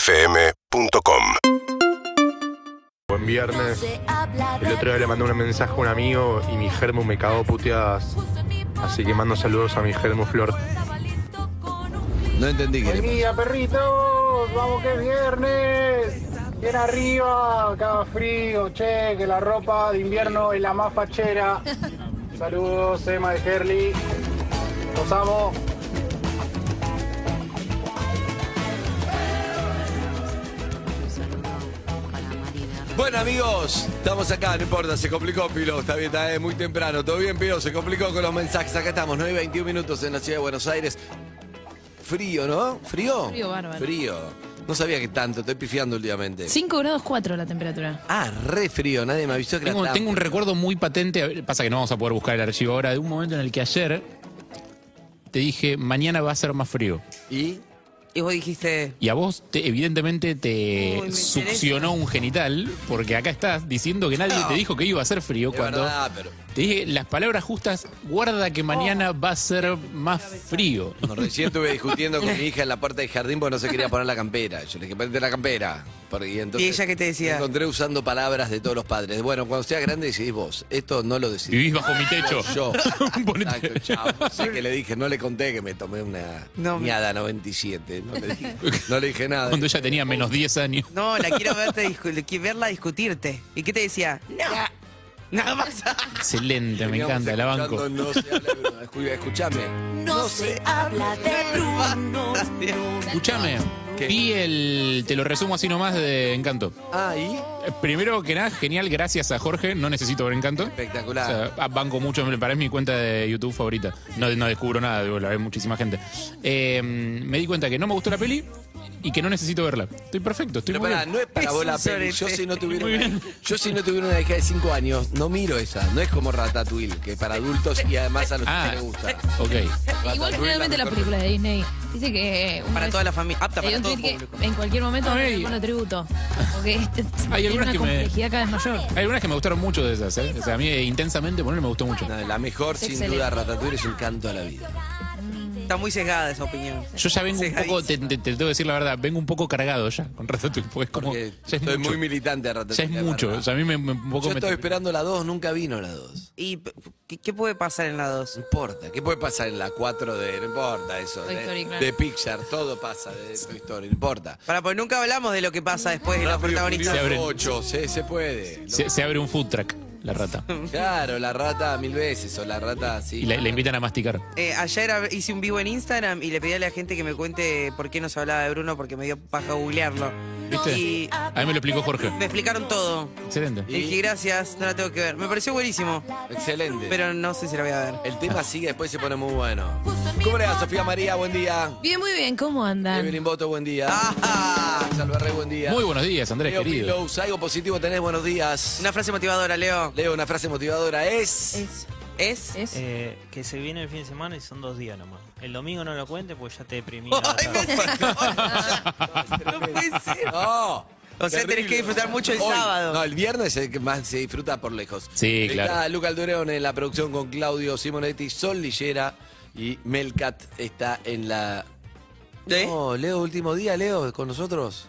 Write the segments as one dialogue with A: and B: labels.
A: UrbanaPlayFM.com
B: Buen viernes. El otro día le mandé un mensaje a un amigo y mi germo me cagó puteadas. Así que mando saludos a mi germo Flor.
C: No entendí qué le pasó.
D: Día perritos, vamos que es viernes. Bien arriba, acá frío, che, que la ropa de invierno es la más fachera. Saludos, Emma de Herli. Los amo.
C: Bueno, amigos, estamos acá, no importa, se complicó, Pilo. Está bien, está eh, muy temprano. ¿Todo bien, Pilo? Se complicó con los mensajes. Acá estamos, 9 y 21 minutos en la ciudad de Buenos Aires. Frío, ¿no? ¿Frío?
E: Frío, bárbaro.
C: Frío. No sabía que tanto, estoy pifiando últimamente.
E: 5 grados 4 la temperatura.
C: Ah, re frío, nadie me avisó que era
F: Tengo,
C: tan
F: tengo un
C: frío.
F: recuerdo muy patente, a ver, pasa que no vamos a poder buscar el archivo ahora, de un momento en el que ayer te dije, mañana va a ser más frío.
C: ¿Y?
G: Y vos dijiste,
F: Y a vos, te- evidentemente, te
G: Uy, me
F: succionó un genital, porque acá estás diciendo que nadie te dijo que iba a ser frío
C: Es
F: cuando
C: verdad, pero
F: te dije las palabras justas, guarda que
C: Oh.
F: mañana va a ser más frío.
C: no, recién estuve discutiendo con mi hija en la puerta del jardín porque no se quería poner la campera. Yo le dije, ponete la campera. Porque- Y, entonces,
G: ¿Y ella qué te decía?
C: me encontré usando palabras de todos los padres. Bueno, cuando seas grande decidís vos. Esto no lo decidís.
F: Vivís bajo mi techo.
C: Ah, Yo.
F: Ponete-
C: Exacto, chao. O sea, que le dije, no le conté que me tomé una
G: No, me-
C: miada 97. No le dije, no le dije nada.
F: Cuando ella tenía menos 10 años.
G: no, la quiero verte discu- la quiero verla discutirte. ¿Y qué te decía? No, nada pasa.
F: Excelente, me
C: Veníamos
F: encanta, la banco.
C: escuchando, No se habla de Bruno. Escu- Escuchame.
H: No se habla de Bruno.
F: Escuchame,
C: ¿Qué?
F: vi el. Te lo resumo así nomás de Encanto.
C: Ah, ¿y?
F: Eh, Primero que nada, genial, gracias a Jorge, no necesito ver Encanto. O
C: Espectacular.
F: sea, ah, banco mucho, me parece mi cuenta de YouTube favorita. No, no descubro nada, digo, la ve muchísima gente. Eh, me di cuenta que no me gustó la peli y que no necesito verla. Estoy perfecto, estoy
C: Pero
F: muy
C: pará,
F: bien.
C: no es para
G: Es
C: vos la
G: un
C: peli. Yo
G: sorete.
C: si, no tuviera
F: Muy
C: una,
F: bien.
C: yo si no tuviera una hija de 5 años, no miro esa. No es como Ratatouille, que es para adultos y además a los
F: Ah.
C: que les gusta.
F: Ok.
E: Igual
C: Ratatouille,
E: generalmente la
C: mejor
E: película de Disney dice que... una
G: Para
E: vez-
G: toda la familia, apta
E: hay
G: para
E: un
G: todo
E: tweet que
G: público.
E: en cualquier momento
F: Ah,
E: van a
F: ey.
E: tener un tributo. Porque este,
F: Hay
E: tiene
F: algunas
E: una
F: que me-
E: complejidad cada vez mayor.
F: Hay algunas que me gustaron mucho de esas, ¿eh? O sea, a mí eh, intensamente, ponerle me gustó mucho.
C: No, la mejor, sin
E: Excelente.
C: duda, Ratatouille es un canto a la vida.
G: Está muy sesgada esa opinión.
F: Yo ya vengo un poco, te, te- te tengo que decir la verdad, vengo un poco cargado ya con Ratatouille, porque es como.
C: Porque
F: ya es
C: estoy
F: mucho.
C: Eh, muy militante de
F: Ya
C: Ratatouille.
F: es
C: la
F: mucho.
C: verdad.
F: O sea, a mí me, me- un poco
C: Yo
F: me-
C: estaba esperando la 2, nunca vino la 2.
G: ¿Y p- qué, qué puede pasar en la 2?
C: No importa, ¿qué puede pasar en la 4 de... No importa eso,
E: Toy
C: de,
E: Story, claro.
C: de Pixar, todo pasa de Toy Story, no importa.
G: Para, pues nunca hablamos de lo que pasa después de los
C: Rápido y
G: protagonistas.
F: Se
C: Furioso
F: abren.
C: 8, se, se puede.
F: Se, se abre un food track, la rata.
C: Claro, la rata mil veces, o la rata así.
F: Y la, la invitan a masticar.
G: Eh, ayer ab- hice un vivo en Instagram y le pedí a la gente que me cuente por qué no se hablaba de Bruno porque me dio paja googlearlo.
F: ¿Viste?
G: Y
F: A mí me lo explicó Jorge.
G: me explicaron todo.
F: Excelente.
G: Y dije, gracias, no la tengo que ver. Me pareció buenísimo,
C: Excelente.
G: pero no sé si la voy a ver.
C: El tema sigue, después se pone muy bueno. ¿Cómo le va, Sofía María? Buen día.
E: Bien, muy bien, ¿cómo andan?
C: Evelyn Boto, buen día.
G: Ah.
C: Salvarré, buen día.
F: Muy buenos días, Andrés,
C: Leo
F: querido.
C: Pillows, algo positivo tenés, buenos días.
G: Una frase motivadora, Leo.
C: Leo, una frase motivadora
E: Eh,
C: es...
G: Es. ¿Es?
E: ¿Es?
I: Eh, que se viene el fin de semana y son dos días nomás. El domingo no lo cuente porque ya te deprimí.
G: Ay, me- No puede ser.
C: No.
G: O sea, tenés que disfrutar mucho el
C: Hoy.
G: sábado.
C: No, el viernes es el que más se disfruta por lejos.
F: Sí, claro.
C: Está Luca Aldureón en la producción con Claudio Simonetti, Sol Lillera y Melcat está en la...
G: ¿Eh?
C: No, Leo, último día, Leo, con nosotros.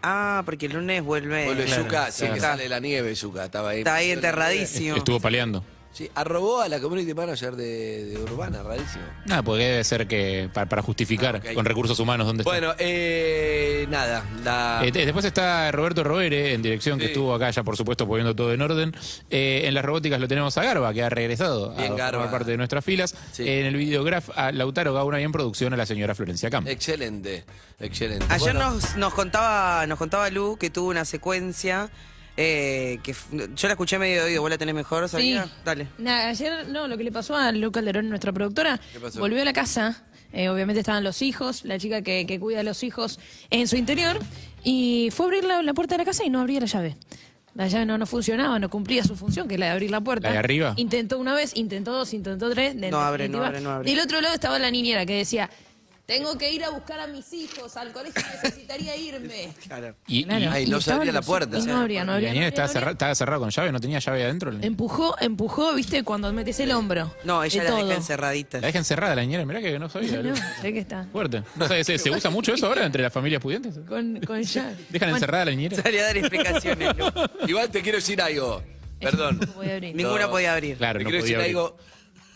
G: Ah, porque el lunes vuelve.
C: Vuelve
I: claro,
C: Yuka, sí,
F: claro.
C: que sale la nieve, Yuka, estaba ahí.
G: Eh, Está ahí enterradísimo.
F: Estuvo paleando.
C: Sí, arrobó a la community manager de, de Urbana, rarísimo.
F: Nada, porque debe ser que pa- para, justificar
C: Ah, ok.
F: con recursos humanos dónde está.
C: Bueno, eh, nada, la...
F: Eh, te- después está Roberto Roere en dirección que
C: Sí.
F: estuvo acá ya por supuesto poniendo todo en orden. Eh, en las robóticas lo tenemos a Garba que ha regresado
C: Bien,
F: a
C: Garba.
F: formar parte de nuestras filas.
C: Sí.
F: En el videograf a Lautaro Gauna y en producción a la señora Florencia Camp.
C: Excelente, excelente.
G: Ayer
C: Bueno,
G: nos, nos contaba nos contaba Lu que tuvo una secuencia eh, que f- yo la escuché medio de oído. ¿Vos la tenés mejor, Sabrina? Dale.
E: Nah, ayer, no, lo que le pasó a Lu Calderón, nuestra productora,
C: ¿Qué pasó?
E: volvió a la casa. eh, obviamente estaban los hijos, la chica que, que cuida a los hijos en su interior. Y fue a abrir la, la puerta de la casa y no abría la llave. La llave no, no funcionaba, no cumplía su función, que es la de abrir la puerta.
F: ¿La de arriba?
E: Intentó una vez, intentó dos, intentó tres. de-
G: No abre, no
E: definitiva,
G: abre, no abre.
E: Del otro lado estaba la niñera que decía, Tengo que ir a buscar a mis hijos al colegio, necesitaría irme.
C: Claro.
F: Y, y-
E: Claro.
C: Ay,
E: Y
C: no se abría
E: estaban
C: la
E: los-
C: puerta.
E: y no
C: ¿sabes?
E: abría, no
F: y
E: abría.
F: la
E: no
F: niña
E: abría, no Em-
F: estaba
E: abría.
F: cerrada, estaba cerrada con llave, no tenía llave adentro. La,
E: Empujó, empujó, viste, cuando metes el hombro.
G: No, ella
E: De
G: la
E: todo.
G: deja encerradita.
F: la dejan cerrada la niñera, mirá que no sabía.
E: No, sé que está.
F: Fuerte. No sabes, ¿se, se usa mucho eso ahora entre las familias pudientes?
E: Con, con llave.
F: ¿Dejan
E: Bueno,
F: encerrada la niñera?
G: Salió a dar explicaciones, Lu.
C: Igual te quiero decir algo. Perdón.
E: voy a abrir.
G: Ninguna
C: No.
G: podía abrir.
F: Claro,
C: te
F: no
C: quiero decir
F: podía abrir.
C: algo.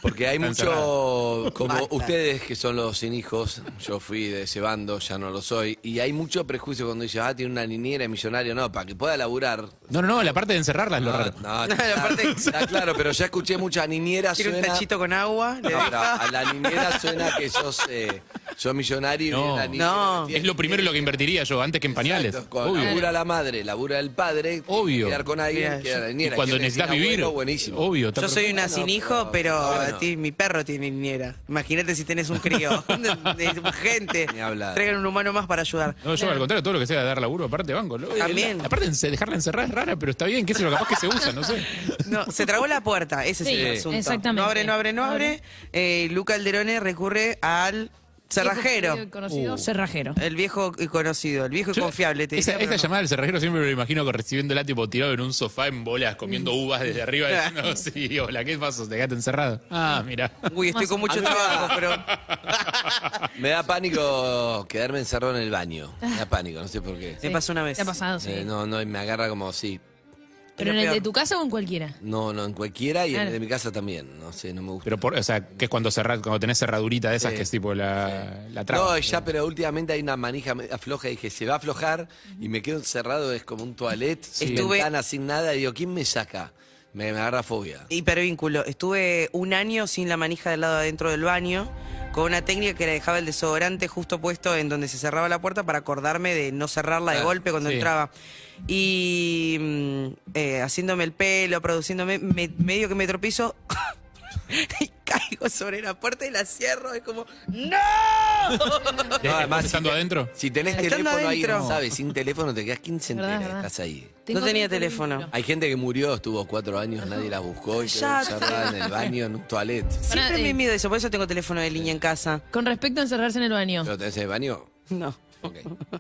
C: Porque hay
F: Está
C: mucho, como
G: Basta.
C: ustedes que son los sin hijos, yo fui de ese bando, ya no lo soy, y hay mucho prejuicio cuando dices, ah, tiene una niñera, es millonario, no, para que pueda laburar.
F: No, no, no, la parte de encerrarla es lo
C: Ah, No,
F: raro.
C: no,
G: No,
C: está-
G: aparte-
C: está claro, pero ya escuché muchas niñeras
G: Quiere un
C: suena-
G: tachito con agua. le
C: No, pero
G: deja.
C: a la niñera suena que sos, eh, sos millonario. y
F: No.
C: viene la niñera
G: No.
C: que tiene-
F: Es lo primero en lo que invertiría yo, antes que en pañales.
C: Exacto, cuando
F: Obvio.
C: Labura la madre, labura el padre,
F: Obvio.
C: quedar con
G: Mira,
C: alguien, queda la
F: Y
C: niñera.
F: cuando
C: Quiere
F: necesitas
C: decir,
F: vivir,
C: abuelo, buenísimo.
F: obvio. está
G: Yo soy una
C: No,
G: sin
C: pero-
G: hijo, pero
C: Ah, bueno.
G: a ti, mi perro tiene niñera. Imagínate si tenés un crío. Gente,
C: Ni hablar.
G: traigan un humano más para ayudar.
F: No, yo al contrario, todo lo que sea dar laburo, aparte banco. lo-
G: También.
F: la- aparte ence- dejarla encerrada es rara, pero está bien, qué sé yo, capaz que se usa, no sé.
G: No, se tragó la puerta, ese es
E: Sí,
G: el asunto.
E: exactamente.
G: No abre, no abre, no abre. Eh, Luca Alderone recurre al cerrajero.
E: El conocido
F: Uh.
E: cerrajero.
G: El viejo y conocido, el viejo y
F: Yo-
G: confiable. Te
F: esa
G: decía,
F: esa
G: pero no.
F: llamada del cerrajero siempre me lo imagino con- recibiéndola tipo tirado en un sofá en bolas, comiendo uvas desde arriba, diciendo, sí, hola, ¿qué pasó? ¿Te quedaste encerrado? Ah, mira.
G: Uy, estoy con mucho
C: A mí-
G: trabajo, pero.
C: Me da pánico quedarme encerrado en el baño. Me da pánico, no sé por qué.
G: Me pasó una vez.
E: Te ha pasado, sí.
C: Eh, no, no, me agarra como sí.
E: Pero
G: Pero
E: en el de
G: peor.
E: tu casa o en cualquiera.
C: No, no, en cualquiera y en
E: Claro.
C: el de mi casa también. No sé, no me gusta.
F: Pero, por, o sea, que es cuando, cerra- cuando tenés cerradurita de esas
C: Sí.
F: que es tipo la, la traba.
C: no, ya, pero últimamente hay una manija media floja y dije, se va a aflojar y me quedo encerrado, es como un toilet, sin
G: Estuve-
C: ventana, sin nada. Y digo, ¿quién me saca? Me, me agarra fobia.
G: Hipervínculo. Estuve un año sin la manija del lado adentro del baño, con una técnica que le dejaba el desodorante justo puesto en donde se cerraba la puerta para acordarme de no cerrarla de
C: Ah,
G: golpe cuando
F: sí.
G: entraba. Y mm, eh, haciéndome el pelo, produciéndome, me- medio que me tropiezo. y caigo sobre la puerta y la cierro. Es como, ¡No!
F: De-
C: No, además,
F: estando
C: si-
F: adentro.
C: Si tenés
G: Estando
C: teléfono ahí,
G: adentro.
C: no sabes, sin teléfono te quedas 15
E: Verdad,
C: enteras,
E: verdad.
C: estás ahí.
E: Tengo
G: No tenía
E: otro
G: teléfono.
E: vínculo.
C: Hay gente que murió, estuvo cuatro años, nadie la buscó y quedó
G: Cállate.
C: encerrada en el baño, en un toilet.
G: Siempre
E: eh.
G: me miedo eso, por eso tengo teléfono de línea en casa.
E: Con respecto a encerrarse en el baño,
C: ¿Pero tenés en el baño?
G: No.
C: Ok.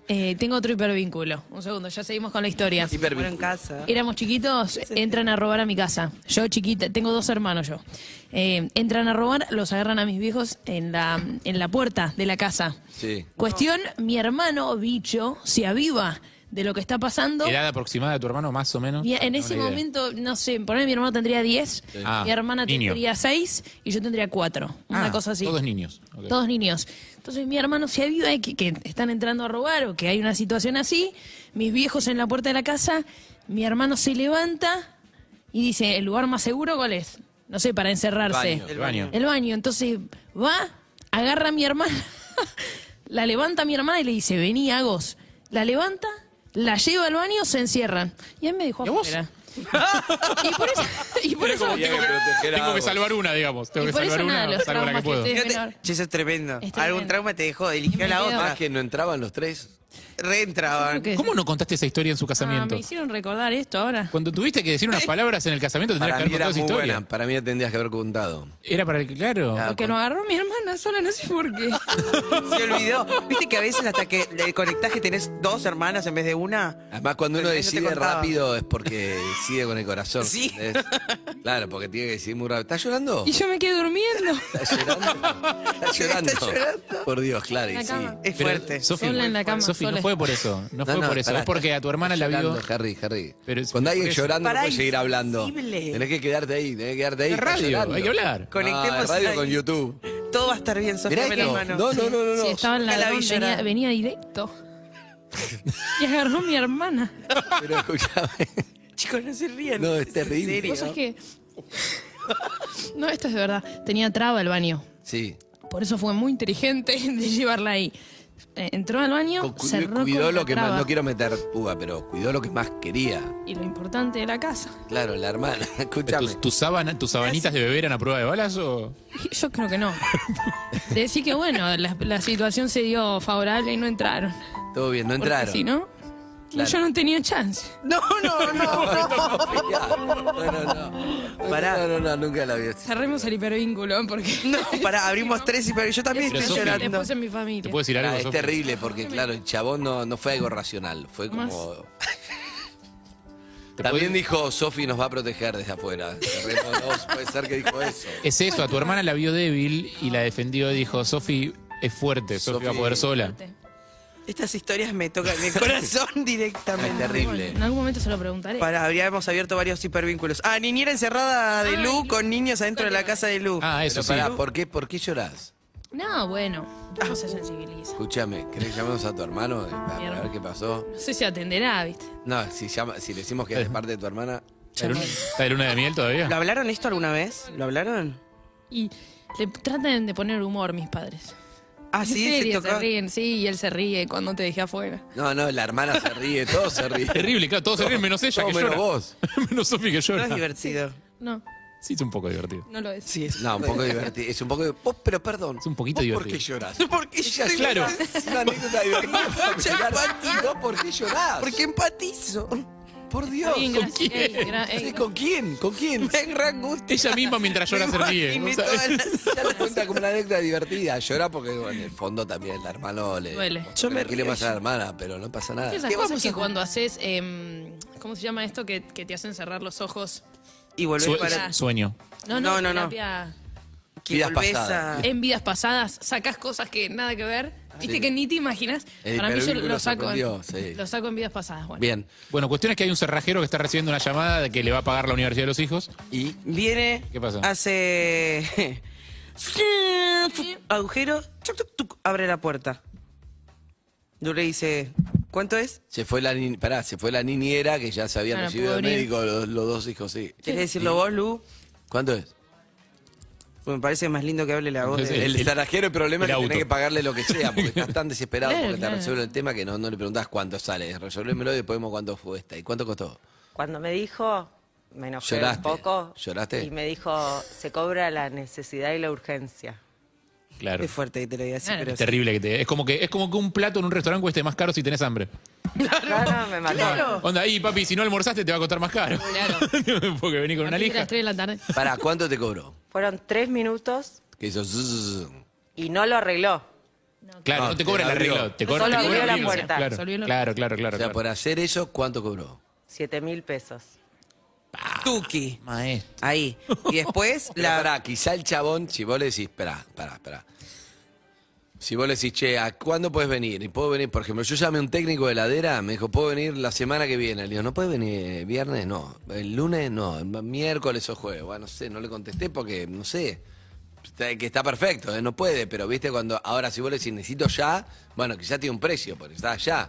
E: eh, tengo otro hipervínculo. Un segundo, ya seguimos con la historia.
G: Bueno, en
C: Hipervínculo.
G: casa.
E: Éramos chiquitos, entran a robar a mi casa. Yo chiquita, tengo dos hermanos yo. Eh, entran a robar, los agarran a mis viejos en la, en la puerta de la casa.
C: Sí.
E: Cuestión, mi hermano, bicho, se aviva de lo que está pasando.
F: Edad aproximada de tu hermano, más o menos.
E: Mi- en
F: No,
E: ese
F: una idea.
E: momento, no sé, por ahí mi hermano tendría 10,
F: Ah,
E: mi hermana
F: niño.
E: tendría 6 y yo tendría 4.
F: Ah,
E: una cosa así.
F: Todos niños. ok.
E: Todos niños. Entonces mi hermano se aviva de que, que están entrando a robar o que hay una situación así. Mis viejos en la puerta de la casa. Mi hermano se levanta y dice, ¿el lugar más seguro cuál es? No sé, para encerrarse.
C: baño.
F: El baño.
E: El baño. Entonces va, agarra a mi hermana, la levanta a mi hermana y le dice, vení, Agos. La levanta, la lleva al baño, se encierran. Y él me dejó
F: ¿Y a vos?
E: afuera. y por eso... Y por
F: Era
E: eso
F: como,
C: Había
F: tengo,
C: que
F: que,
C: proteger a
F: tengo que
C: ambos.
F: salvar una, digamos. Tengo
E: Y
F: que
E: por
F: salvar
E: eso nada,
F: una,
E: los
F: salvo la
E: traumas
F: que
E: que
F: puedo.
E: ustedes- Es
G: Fíjate,
E: menor.
G: che, eso es tremendo.
E: Es tremendo.
G: Algún trauma te dejó, eligió
E: Me
G: la
E: quedo-
G: otra.
C: Más que no entraban los tres.
G: Reentraban.
E: que-
F: ¿Cómo no contaste esa historia en su
E: Ah,
F: casamiento?
E: me hicieron recordar esto ahora.
F: Cuando tuviste que decir unas palabras en el casamiento, tendrías
C: Para
F: que
C: mí
F: haber
C: era
F: contado esa
C: muy
F: historia.
C: buena. Para mí la tendrías que haber contado.
F: Era para el que, claro.
C: Claro.
E: Porque lo agarró mi hermana sola, no sé por qué.
G: Se olvidó. Viste que a veces hasta que le conectás que tenés dos hermanas en vez de una.
C: Además, cuando uno
G: Pero yo te
C: decide
G: contaba.
C: rápido es porque decide con el corazón.
G: Sí.
C: ¿entendés? Claro, porque tiene que decidir muy rápido. ¿Estás llorando?
E: Y yo me quedé durmiendo.
C: ¿Estás llorando? ¿Estás llorando? Por Dios, claro, y
E: En la
C: sí.
E: cama.
G: Es
F: Pero,
G: fuerte.
F: Sofi,
E: Sola en la cama,
F: Sofi, no
E: sola.
F: fue por eso. No, fue por eso.
C: pará,
F: es porque a tu hermana la vio.
C: llorando, Harry, Harry.
F: Pero es-
C: Cuando alguien
F: es-
C: llorando
G: Pará,
C: no puedes seguir hablando.
G: imposible.
C: Tenés que quedarte ahí, tenés que quedarte ahí.
F: Es
C: estás
F: radio,
C: llorando.
F: hay que hablar.
G: Conectemos
C: No, es radio
G: ahí.
C: con YouTube.
G: Todo va a estar bien, Sofía,
C: Mirá
G: me
C: esto.
G: la mano.
C: No, no, no, no. no.
E: Sí, estaba en la
G: Nunca la
E: ladrón,
G: vi
E: venía,
G: llorar.
E: venía directo. Y agarró a mi hermana.
C: Pero escuchame.
G: Chicos, no se rían.
C: No, es terrible.
G: en serio.
E: Cosas que. No, esto es de verdad. Tenía traba el baño.
C: Sí.
E: Por eso fue muy inteligente de llevarla ahí. Eh, Entró al baño,
C: Cu- cu-
E: cerró
C: cuidó
E: con la
C: lo que más.
E: traba.
C: No quiero meter uva, pero cuidó lo que más quería.
E: Y lo importante de la casa.
C: Claro, la hermana. Escúchame.
F: ¿Tus, tus sábana- ¿Tus sabanitas de beber eran a prueba de balas o.?
E: Yo creo que no. Decir que bueno, la, la situación se dio favorable y no entraron.
C: Todo bien, no
E: Porque
C: entraron.
E: Si no,
C: Claro.
E: Yo no tenía chance.
G: No, no, no, no.
C: No, no, no.
G: Pará.
C: No, no, no, nunca la vi.
E: Cerremos el hipervínculo porque
G: No, pará, abrimos tres y pero yo también
F: Pero
G: estoy
F: Sofi-
G: llorando.
E: después en mi familia.
F: ¿Te puedo decir algo?
C: Ah, es
F: Sofi?
C: terrible porque, claro, el chabón no, no fue algo racional. Fue como.
F: ¿Te
C: También
F: puedo-
C: dijo, Sofi nos va a proteger desde afuera. Cerrémonos, puede ser que dijo eso.
F: Es eso, a tu hermana la vio débil y la defendió y dijo, Sofi es fuerte, Sofi va a
C: Sofi-
F: poder sola.
G: Estas historias me tocan el corazón
C: Es
G: directamente.
C: terrible.
E: En algún momento se lo preguntaré.
G: Pará, habríamos abierto varios hipervínculos. Ah, niñera encerrada de Lu con niños adentro de la casa de Lu.
F: Ah,
C: Pero
F: eso sí.
C: pará, ¿por qué, ¿por qué llorás?
E: No, bueno, no se sensibiliza.
C: Escúchame, ¿querés que llamemos a tu hermano eh, para, para ver qué pasó?
E: No sé si atenderá, ¿viste?
C: No, si, llama, si le decimos que es
F: Eh.
C: de parte de tu hermana.
F: ¿La luna- ¿Está de luna de miel
G: ¿Lo
F: todavía?
G: hablaron esto alguna vez? ¿Lo hablaron?
E: Y le tratan de poner humor mis padres.
G: Ah,
E: En
G: sí, se
E: serio,
G: tocó.
E: ríen, sí, y él se ríe cuando te dejé afuera.
C: No, no, la hermana se ríe, todo se ríe.
F: Terrible, claro, todos se ríen menos ella
C: Todo
F: que
C: menos
F: llora.
C: vos.
F: menos Sofi que
G: No es
F: llora.
G: divertido.
E: No,
F: Sí, es un poco divertido.
E: no lo es.
G: Sí, es.
C: No, un poco divertido. Es un poco. Vos, pero perdón.
F: Es un poquito
C: ¿vos ¿Por
F: divertido.
C: qué lloras?
G: Porque yo estoy-
F: claro.
C: Es una anécdota divertida. familiar. ¿Y vos por qué llorás?
G: Porque empatizo.
C: Por Dios.
E: Bien,
C: ¿Con
E: gracias.
F: quién?
E: Ey, gra- ey,
C: Sí, ¿Con quién? ¿Con quién?
G: Me agarra angustia.
F: Ella misma mientras llora
G: Me
F: se ríe.
G: imaginé
F: ¿no sabes?
G: todas las-
C: Ya lo cuenta como una anécdota divertida. Llora porque bueno, en el fondo también el hermano le.
E: Duele.
G: Yo me
C: ¿Qué le
G: río.
C: pasa a la hermana? Pero no pasa nada.
E: Esas
G: ¿Qué
E: cosas
G: vamos
E: que
G: a-
E: cuando haces, em, ¿cómo se llama esto? Que, que te hacen cerrar los ojos.
G: Y volvés
F: Sue-
G: para.
F: Sueño.
E: No,
G: No,
E: no,
G: no, no.
E: terapia-
G: Que
C: Vidas
G: volvés
C: pasadas.
G: a.
E: En vidas pasadas sacas cosas que nada que ver. Viste que ni te imaginas.
C: El
E: Para mí yo
C: hipervínculo
E: lo saco, en,
C: sorprendió, sí.
E: lo saco en vidas pasadas. Bueno.
C: Bien.
F: Bueno, cuestión es que hay un cerrajero que está recibiendo una llamada de que le va a pagar la universidad de los hijos.
C: Y.
G: Viene.
F: ¿Qué pasa?
G: Hace. Agujero. chuc, tuc, tuc, abre la puerta. Yo le dice. ¿Cuánto es?
C: Se fue la ni- pará, se fue la niñera que ya se habían
E: Ah, no
C: recibido
E: pudo
C: de
E: abrir.
C: médico los, los dos hijos, sí.
G: ¿Querés decirlo vos, Lu? Pues
C: ¿Cuánto es?
G: Me parece más lindo que hable la voz
F: Sí.
G: de.
C: El, zarajero, el problema
F: el
C: es que tenés
F: auto.
C: que pagarle lo que sea, porque estás tan desesperado
E: Claro,
C: porque
E: claro.
C: te resuelven el tema que no, no le preguntás cuánto sale. Resolvémelo y después vemos cuánto fue esta. ¿Y cuánto costó?
J: Cuando me dijo, me enojé
C: Lloraste,
J: un poco.
C: lloraste.
J: Y me dijo, se cobra la necesidad y la urgencia.
F: Claro.
G: Es fuerte que te lo diga así,
E: Claro.
G: pero.
F: Es terrible que te. Es como que, es como que un plato en un restaurante cueste más caro si tenés hambre.
J: No, no, me mató.
G: Oh.
F: Onda, ahí, papi, si no almorzaste te va a costar más caro. Porque venís con
E: A partir de
F: una lija.
E: las 3 de la tarde.
C: ¿Para cuánto te cobró?
J: Fueron tres minutos
C: Que hizo zzzz.
J: y no lo arregló.
F: Claro,
C: No,
F: no
C: te
F: te cobra el
C: abrió.
F: arreglo. Te cobra,
J: Solo
F: te cobra
J: abrió la
F: el arreglo.
J: puerta.
F: Claro,
E: Solo abrió la-
F: claro, claro, claro.
C: O sea,
F: claro.
C: por hacer eso, ¿cuánto cobró?
J: Siete mil pesos.
G: Tuki.
F: Maestro.
G: Ahí. Y después
C: Pero
G: la.
C: pará, quizá el chabón, si vos le decís, pará, pará, pará. Si vos le decís, che, ¿a cuándo puedes venir? Y puedo venir, por ejemplo, yo llamé a un técnico de heladera, me dijo, puedo venir la semana que viene. Le digo, ¿no puedes venir eh, viernes? No. ¿El lunes? No. ¿El miércoles o jueves? Bueno, no sé, no le contesté porque, no sé. Está- que está perfecto, ¿eh? no puede, pero viste cuando. Ahora, si vos le decís, necesito ya, bueno, quizá tiene un precio, porque está ya.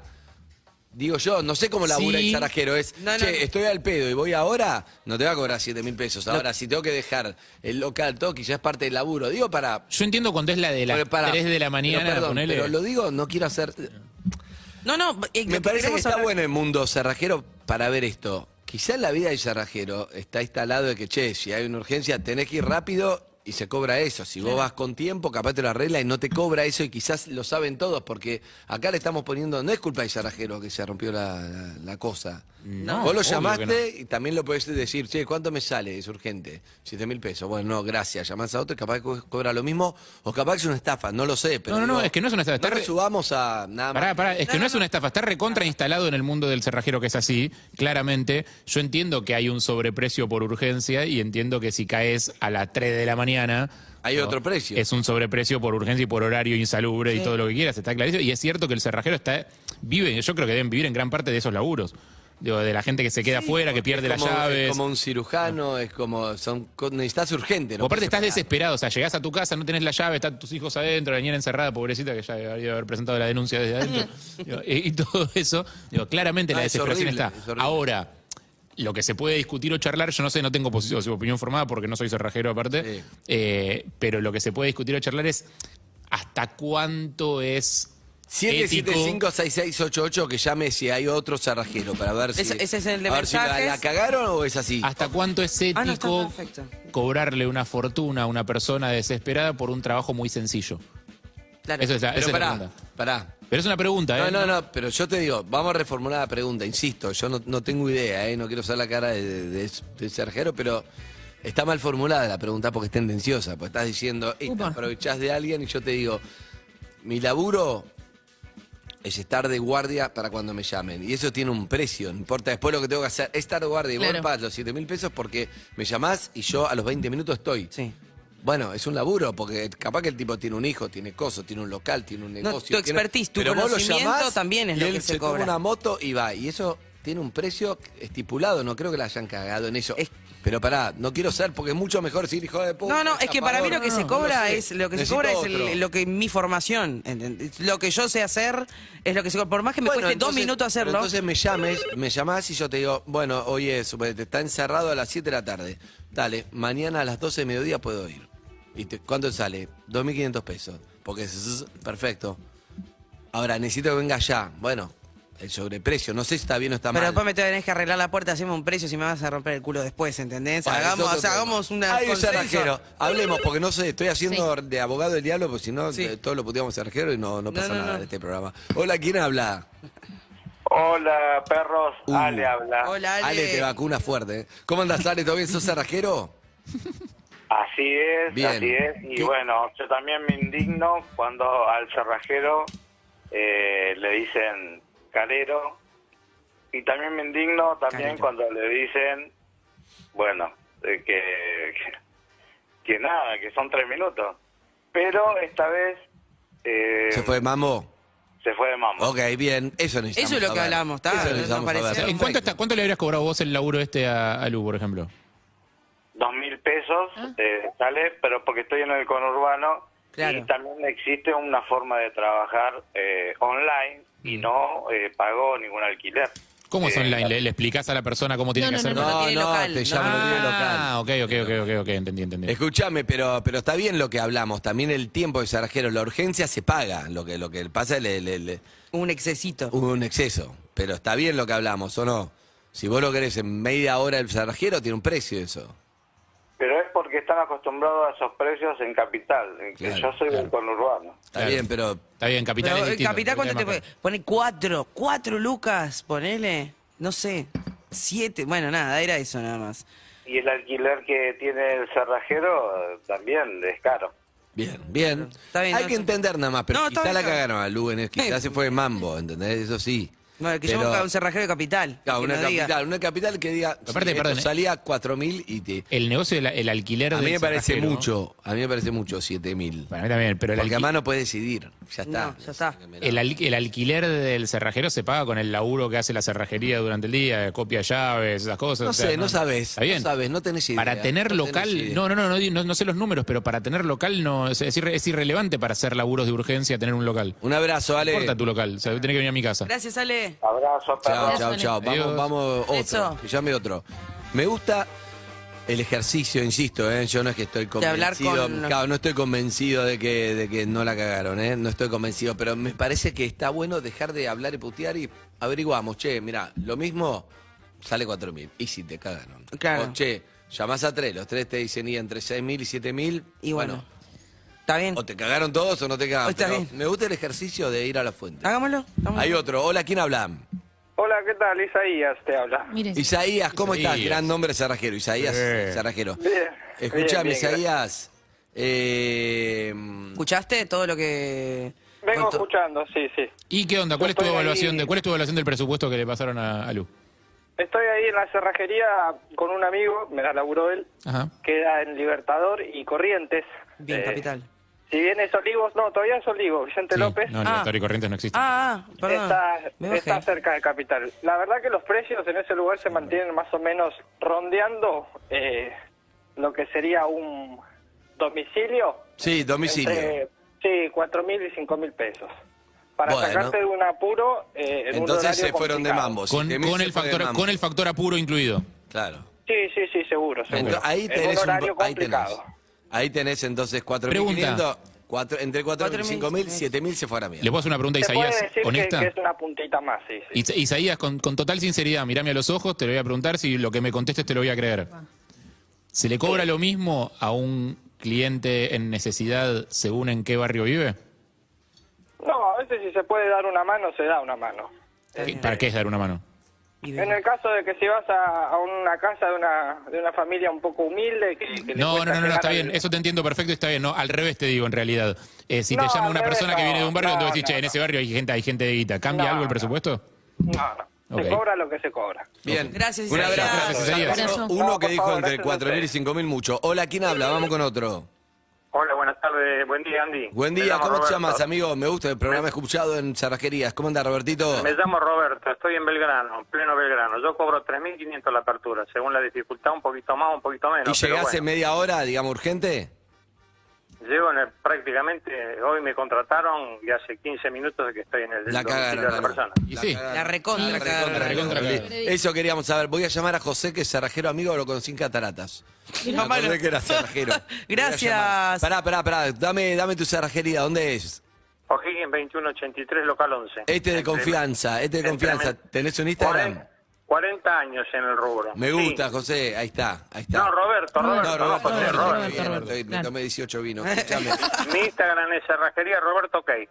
C: Digo yo, no sé cómo labura
F: Sí.
C: el zarajero. Es,
G: No, no,
C: che,
G: no.
C: estoy al pedo y voy ahora, no te va a cobrar 7 mil pesos. Ahora, si tengo que dejar el local, todo, que ya es parte del laburo. Digo para.
F: Yo entiendo cuando es la de las
C: porque para-
F: 3 de la
C: pero
F: mañana,
C: perdón,
F: ponele.
C: pero lo digo, no quiero hacer.
G: No, no. eh,
C: Me parece que
G: lo queremos
C: está
G: hablar-
C: bueno el mundo cerrajero para ver esto. Quizá en la vida del cerrajero está instalado de que, che, si hay una urgencia, tenés que ir rápido y se cobra eso. Si vos vas con tiempo, capaz te lo arregla y no te cobra eso y quizás lo saben todos, porque acá le estamos poniendo, no es culpa del cerrajero que se rompió la, la- la cosa.
F: No,
C: vos lo
F: obvio
C: llamaste
F: que
C: y también lo podés decir, che, ¿cuánto me sale? Es urgente, 7 mil pesos. Bueno, no, gracias. Llamás a otro y capaz que co- cobra lo mismo o capaz que es una estafa, no lo sé. Pero
F: No, no, no,
C: digo,
F: es que no es una estafa, está
C: No
F: re-
C: nos subamos a nada más.
F: Pará, pará, es que no, es una estafa, está recontra instalado en el mundo del cerrajero que es así, claramente. Yo entiendo que hay un sobreprecio por urgencia y entiendo que si caes a las 3 de la mañana...
C: Hay
F: ¿no?
C: otro precio.
F: Es un sobreprecio por urgencia y por horario insalubre y todo lo que quieras, está clarísimo. Y es cierto que el cerrajero está vive, yo creo que deben vivir en gran parte de esos laburos. Digo, de la gente que se queda afuera, que pierde
C: como,
F: las llaves.
C: Es como un cirujano, es como. Son, co- necesitas urgente,
F: O
C: ¿no?
F: aparte estás
C: puedes esperar.
F: desesperado, o sea, llegás a tu casa, no tenés la llave, están tus hijos adentro, la niña encerrada, pobrecita, que ya debería haber presentado la denuncia desde adentro. Digo, y, y todo eso, digo, claramente
C: No,
F: la
C: Ah, es
F: desesperación
C: horrible, es
F: está.
C: horrible.
F: Ahora, lo que se puede discutir o charlar, yo no sé, no tengo posi- o sea, opinión formada porque no soy cerrajero aparte,
C: Sí.
F: eh, pero lo que se puede discutir o charlar es hasta cuánto es ético.
C: 775-6688, que llame si hay otro cerrajero para ver si.
G: Ese- ese es el de
C: a ver si la,
G: mensajes.
C: la cagaron o es así.
F: ¿Hasta cuánto es
G: Ah, no, está
F: ético
G: perfecto.
F: cobrarle una fortuna a una persona desesperada por un trabajo muy sencillo?
G: Claro.
F: Eso es la,
C: Pero
F: esa es la
C: pará,
F: pregunta.
C: pará.
F: Pero es una pregunta,
C: No,
F: ¿eh?
C: no, no, pero yo te digo, vamos a reformular la pregunta, insisto, yo no, no tengo idea, ¿eh? no quiero usar la cara de, de, de- de Sergero, pero está mal formulada la pregunta porque es tendenciosa, porque estás diciendo, "Ey, te
E: Upa.
C: aprovechás de alguien y yo te digo, mi laburo es estar de guardia para cuando me llamen, y eso tiene un precio, no importa después lo que tengo que hacer, es estar de guardia y vos
E: Claro.
C: pagás los 7 mil pesos porque me llamás y yo a los 20 minutos estoy.
G: Sí.
C: Bueno, es un laburo, porque capaz que el tipo tiene un hijo, tiene coso, tiene un local, tiene un
G: No,
C: negocio,
G: tu
C: tiene-
G: expertise, tu
C: pero vos lo
G: conocimiento
C: llamás
G: también es
C: y
G: lo
C: él
G: que se
C: toma
G: cobra.
C: una moto y va. Y eso tiene un precio estipulado, no creo que la hayan cagado en eso.
G: Es-
C: Pero pará, no quiero ser porque es mucho mejor decir hijo de puta.
G: No, no, es que para mí lo que
C: chapador,
G: se
C: no, no
G: cobra
C: sé.
G: es lo que se
C: Necesito
G: cobra es
C: otro.
G: el- lo que mi formación, ¿entendés? lo que yo sé hacer es lo que se cobra. Por más que me
C: Bueno,
G: cueste dos
C: entonces-
G: minutos
C: pero
G: hacerlo,
C: Entonces me llames, me llamás y yo te digo, bueno, hoy es, te está encerrado a las 7 de la tarde. Dale, mañana a las 12 de mediodía puedo ir. ¿Y te- cuánto sale? 2.500 pesos. Porque es- es perfecto. Ahora, necesito que venga ya. Bueno, el sobreprecio, no sé si está bien o está
G: pero
C: mal.
G: después me tenés que arreglar la puerta, hacemos un precio si me vas a romper el culo después, ¿entendés?
C: Bueno,
G: hagamos,
C: es otro
G: o sea,
C: tema.
G: hagamos una
C: Ahí es
G: consenso.
C: Serrajero. Hablemos, porque no sé, estoy haciendo de abogado del diablo, porque si no,
G: Sí.
C: eh, todos lo puteamos a Serrajero y no, no
G: No,
C: pasa
G: no,
C: nada
G: no.
C: en este programa. Hola, ¿quién habla?
K: Hola, perros.
C: Uh.
K: Ale habla.
G: Hola, Ale.
C: Ale, te vacuna fuerte. ¿eh? ¿Cómo andas, Ale? ¿Todo bien? ¿Sos serrajero?
K: Así es,
C: Bien.
K: así es. Y
C: ¿Qué?
K: bueno, yo también me indigno cuando al cerrajero eh, le dicen calero. Y también me indigno también
G: Calero.
K: cuando le dicen, bueno, eh, que, que, que nada, que son tres minutos. Pero esta vez eh,
C: ¿Se fue Mamo?
K: se fue de mambo.
C: Ok, bien. Eso necesitamos
G: Eso es lo que
C: saber.
G: hablamos, ¿está?
C: Eso
G: No- no
C: necesitamos
G: parece.
C: saber.
F: O sea, ¿En
G: Perfecto.
F: cuánto, está, cuánto le habrías cobrado vos el laburo este a, a Lu, por ejemplo?
K: dos mil pesos
C: Ah.
K: eh, sale, pero porque estoy en el conurbano
G: Claro.
K: y también existe una forma de trabajar eh, online y
C: Mm.
K: no eh, pagó ningún alquiler.
F: ¿Cómo es
K: Eh,
F: online? ¿Le, le explicás a la persona cómo tiene
E: No,
F: que
E: no,
F: hacer?
E: no,
F: para-
C: No,
G: tiene
C: no,
G: local,
C: te
G: no.
C: llamo, no tiene local.
F: Ah, ok, ok, ok, ok, ok, entendí, entendí.
C: Escúchame, pero, pero está bien lo que hablamos. También el tiempo de serrajero, la urgencia se paga. Lo que, lo que pasa es le- le- le-
G: Un excesito.
C: un exceso. Pero está bien lo que hablamos, ¿o no? Si vos lo querés en media hora el serrajero, tiene un precio eso.
K: Pero es porque están acostumbrados a esos precios en capital, en que
C: Claro,
K: yo soy del conurbano.
C: Está
F: Claro.
C: bien, pero
F: Está bien, capital
G: Pero,
F: es
G: eh,
F: distinto,
G: capital, ¿cuánto te
F: es más
G: puede? Pone cuatro, cuatro lucas, ponele, no sé, siete, bueno, nada, era eso nada más.
K: Y el alquiler que tiene el cerrajero eh, también es caro.
C: Bien, bien.
G: Está bien,
C: Hay
G: no
C: que
G: sé.
C: entender nada más, pero
G: No, está
C: quizá
G: bien, Eh.
C: la
G: está bien.
C: cagaron a Lu en el- quizá se fue de mambo, ¿entendés? Eso sí.
G: No, el que
C: Pero-
G: yo buscaba un cerrajero de capital.
C: Claro,
G: que
C: una
G: no diga.
C: capital, una capital que diga,
F: Aparte,
C: sí, esto
F: perdón, eh.
C: salía 4.000 y te...
F: El negocio del el alquiler
C: A mí
F: del
C: me parece
F: cerrajero-
C: mucho, a mí me parece mucho 7.000.
F: Para mí también, pero el,
C: Porque
F: alqui-
C: además no puede decidir, ya está.
G: No, ya está.
F: el al- el alquiler del cerrajero se paga con el laburo que hace la cerrajería durante el día, eh, copia llaves, esas cosas.
C: No
F: o sea,
C: sé, no sabes,
F: Está bien.
C: no sabes, no tenés idea.
F: Para tener
C: no tenés
F: local,
C: idea.
F: no, no, no, no, di- no, no sé los números, pero para tener local no es, es irre- es irrelevante para hacer laburos de urgencia tener un local.
C: Un abrazo,
F: No
C: Ale.
F: importa tu local, o sea, tenés que venir a mi casa.
G: Gracias, Ale.
K: Abrazo,
C: Chao,
K: perros.
C: chao, chao. Vamos,
F: Adiós.
C: vamos, otro.
G: Eso.
C: Que llame otro. Me gusta el ejercicio, insisto, ¿eh? yo no es que estoy
G: De hablar
C: convencido.
G: con-
C: Claro, no estoy convencido de que, de que no la cagaron, ¿eh? no estoy convencido, pero me parece que está bueno dejar de hablar y putear y averiguamos, che, mira, lo mismo sale 4.000. ¿Y si te cagaron?
G: Claro.
C: O, che, llamás a tres, los tres te dicen y entre 6.000 y 7.000.
G: Y bueno, está bien.
C: O te cagaron todos o no te cagaron.
G: O está
C: pero
G: bien. Ah.
C: Me gusta el ejercicio de ir a la fuente.
G: Hagámoslo. hagámoslo.
C: Hay otro. Hola, ¿quién habla?
K: Hola, ¿qué tal? Isaías te habla.
E: Mire,
C: Isaías, ¿cómo estás?
F: Isaías.
C: Gran nombre cerrajero, Isaías
F: Sí.
C: Cerrajero.
K: Bien,
C: Escuchame,
K: bien, bien,
C: Isaías. eh,
G: ¿Escuchaste todo lo que...?
K: Vengo
C: ¿Cuánto?
K: escuchando, sí, sí.
F: ¿Y qué onda? ¿Cuál es tu
K: Estoy ahí.
F: evaluación? De, ¿Cuál es tu evaluación del presupuesto que le pasaron a, a Lu?
K: Estoy ahí en la cerrajería con un amigo, me la laburó él,
F: Ajá.
K: queda en Libertador y Corrientes.
G: Bien,
K: Eh,
G: capital.
K: Si bien es Olivos, no, todavía es Olivos, Vicente
F: Sí,
K: López.
F: No,
G: Ah.
F: Libertador y Corrientes no existe.
G: Ah, ah, perdón.
K: Está,
G: Me bajé.
K: está cerca de Capital. La verdad que los precios en ese lugar se mantienen más o menos rondeando eh, lo que sería un domicilio.
C: Sí, domicilio.
K: Entre, sí, 4.000 y 5.000 pesos. Para
C: Bueno.
K: sacarte de un apuro eh, en un
C: Entonces
K: horario
C: se fueron de
K: complicado.
C: mambo.
F: con,
C: 7.000
F: con
C: se
F: el
C: fue de
F: factor,
C: mambo.
F: con el factor apuro incluido.
C: Claro.
K: Sí, sí, sí, seguro, seguro.
C: Entonces, ahí
K: en un
C: tenés un-
K: horario
C: ahí tenés.
K: complicado.
C: Ahí tenés entonces 4.500.
F: Pregunta.
C: cuatro- Entre 4.000 y 5.000, 7.000 se fue a la
F: Le
C: mierda.
F: puedo hacer una pregunta a
K: Se puede
F: Isaías,
K: decir que,
F: honesta.
K: que es una puntita más, sí, sí.
F: Isa- Isaías, con, con total sinceridad, mirame a los ojos, te lo voy a preguntar, si lo que me contestes te lo voy a creer.
K: Ah.
F: ¿Se le cobra lo mismo a un cliente en necesidad según en qué barrio vive?
L: Obviamente, si se puede dar una mano, se da una mano.
F: ¿Qué- ¿Para qué es dar una mano?
L: En el caso de que si vas a, a una casa de una, de una familia un poco humilde, que, que le
F: No, no,
L: cuesta
F: no, no,
L: llegar
F: está
L: al-
F: bien. Eso te entiendo perfecto, y está bien. No, al revés te digo, en realidad. Eh, si
L: No,
F: te llama
L: al
F: una
L: revés
F: persona que
L: no,
F: viene de un barrio,
L: no,
F: tú decís,
L: no,
F: che, en ese barrio hay gente, hay gente de guita. ¿Cambia
L: No,
F: algo el
L: no.
F: presupuesto?
L: No, no.
F: Ok.
L: Se cobra lo que se cobra.
C: Bien.
G: Gracias,
C: Un
G: Isaías.
C: abrazo.
G: Gracias,
C: Isaías.
G: Isaías.
C: Uno- Uno
L: No,
C: que
L: por
C: dijo
L: favor,
C: entre
L: gracias a
C: 4.000 y 5.000 mucho. Hola, ¿quién habla? Vamos con otro.
M: Hola, buenas tardes. Buen día, Andy.
C: Buen
M: Me
C: día,
M: llamo
C: ¿cómo te
M: Roberto.
C: llamas, amigo? Me gusta el programa escuchado en Cerrajerías. ¿Cómo anda, Robertito?
M: Me llamo Roberto, estoy en Belgrano, pleno Belgrano. Yo cobro 3.500 la apertura, según la dificultad, un poquito más, un poquito
C: ¿Y
M: menos. pero
C: llegás en media hora, digamos, urgente?
M: bueno, llego en el- prácticamente, hoy me contrataron y hace 15 minutos de que estoy en el
C: La
M: domicilio
C: cagaron,
M: de la
C: mano.
M: persona.
G: La recontra,
C: Recontra,
G: cagaron.
C: recontra,
G: Listo.
C: recontra. Eso queríamos saber. Voy a llamar a José, que es cerrajero amigo, lo conocí en cataratas. Me
G: Mirá.
C: acordé que era cerrajero.
G: Gracias.
C: Pará, pará, pará. Dame, dame tu cerrajería. ¿Dónde es?
M: O'Higgins 2183, local 11.
C: Este de
M: Entre-
C: confianza, este de
M: entre-
C: confianza. ¿Tenés un Instagram?
M: 40 años en el rubro.
C: Me
M: Sí.
C: gusta, José. Ahí está, ahí está.
M: No, Roberto, Roberto, no,
C: No, Roberto,
M: José,
C: Roberto,
M: Roberto.
C: bien, estoy- Me tomé 18 vinos. escuchame.
M: Mi Instagram es cerrajería Roberto Key.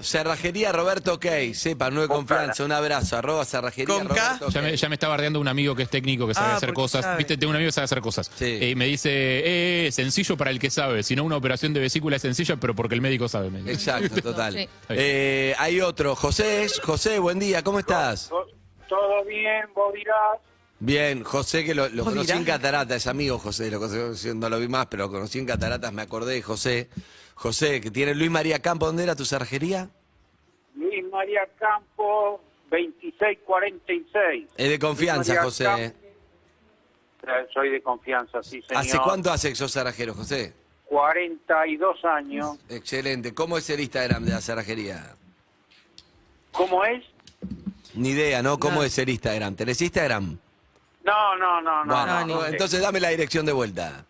C: Cerrajería Roberto Ok, sepa, nueve confianza, un abrazo, arroba cerrajería
F: ¿Con
C: Roberto Key.
F: Ya me, ya me está bardeando un amigo que es técnico, que sabe
C: Ah,
F: hacer
C: porque
F: cosas.
C: sabe.
F: Viste, tengo un amigo que sabe hacer cosas. Eh, y me dice, eh, sencillo para el que sabe. Si no, una operación de vesícula es sencilla, pero porque el médico sabe. me dice.
C: Exacto, total.
F: Sí.
C: Eh, hay otro, José, es- José, buen día, ¿cómo estás?
D: Todo bien, vos dirás.
C: Bien, José, que lo, lo
D: ¿Vos
C: conocí
D: dirás?
C: en Cataratas, es amigo José, lo conocí, no lo vi más, pero lo conocí en Cataratas, me acordé de José. José, que tiene Luis María Campo, ¿dónde era tu cerrajería?
K: Luis María Campo, 2646.
C: Es de confianza,
K: María
C: José.
K: Campo. Eh, Soy de confianza, sí, señor.
C: ¿Hace cuánto hace que sos cerrajero, José?
K: 42 años.
C: Excelente. ¿Cómo es el Instagram de la cerrajería?
K: ¿Cómo es?
C: Ni idea, ¿no? ¿Cómo es el Instagram? ¿Tenés Instagram?
K: No, no, no, no.
C: Bueno,
K: no, no.
C: entonces dame la dirección de vuelta.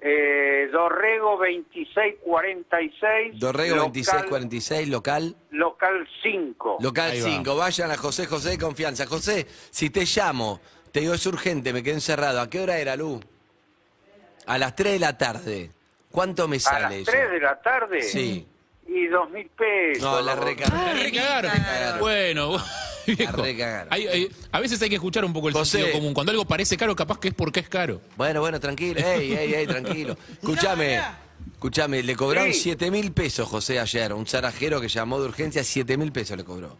K: Eh, Dorrego 2646.
C: Dorrego
K: local-
C: 2646, local.
K: Local 5.
C: Local 5. Vayan a José José de confianza. José, si te llamo, te digo es urgente, me quedé encerrado. ¿A qué hora era, Lu? A las 3 de la tarde. ¿Cuánto me
K: A
C: sale
K: las
C: eso?
K: 3 de la tarde.
C: Sí.
K: Y 2000 pesos.
C: No, la
F: Ah,
C: recagaron.
F: Bueno, viejo. Hay- hay- a veces hay que escuchar un poco el
C: José.
F: sentido común. Cuando algo parece caro, capaz que es porque es caro.
C: Bueno, bueno, tranquilo. Ey, ey, ey, tranquilo. Escúchame. Escúchame, le cobraron
K: Sí.
C: 7 mil pesos, José, ayer. Un zarajero que llamó de urgencia, 7 mil pesos le cobró.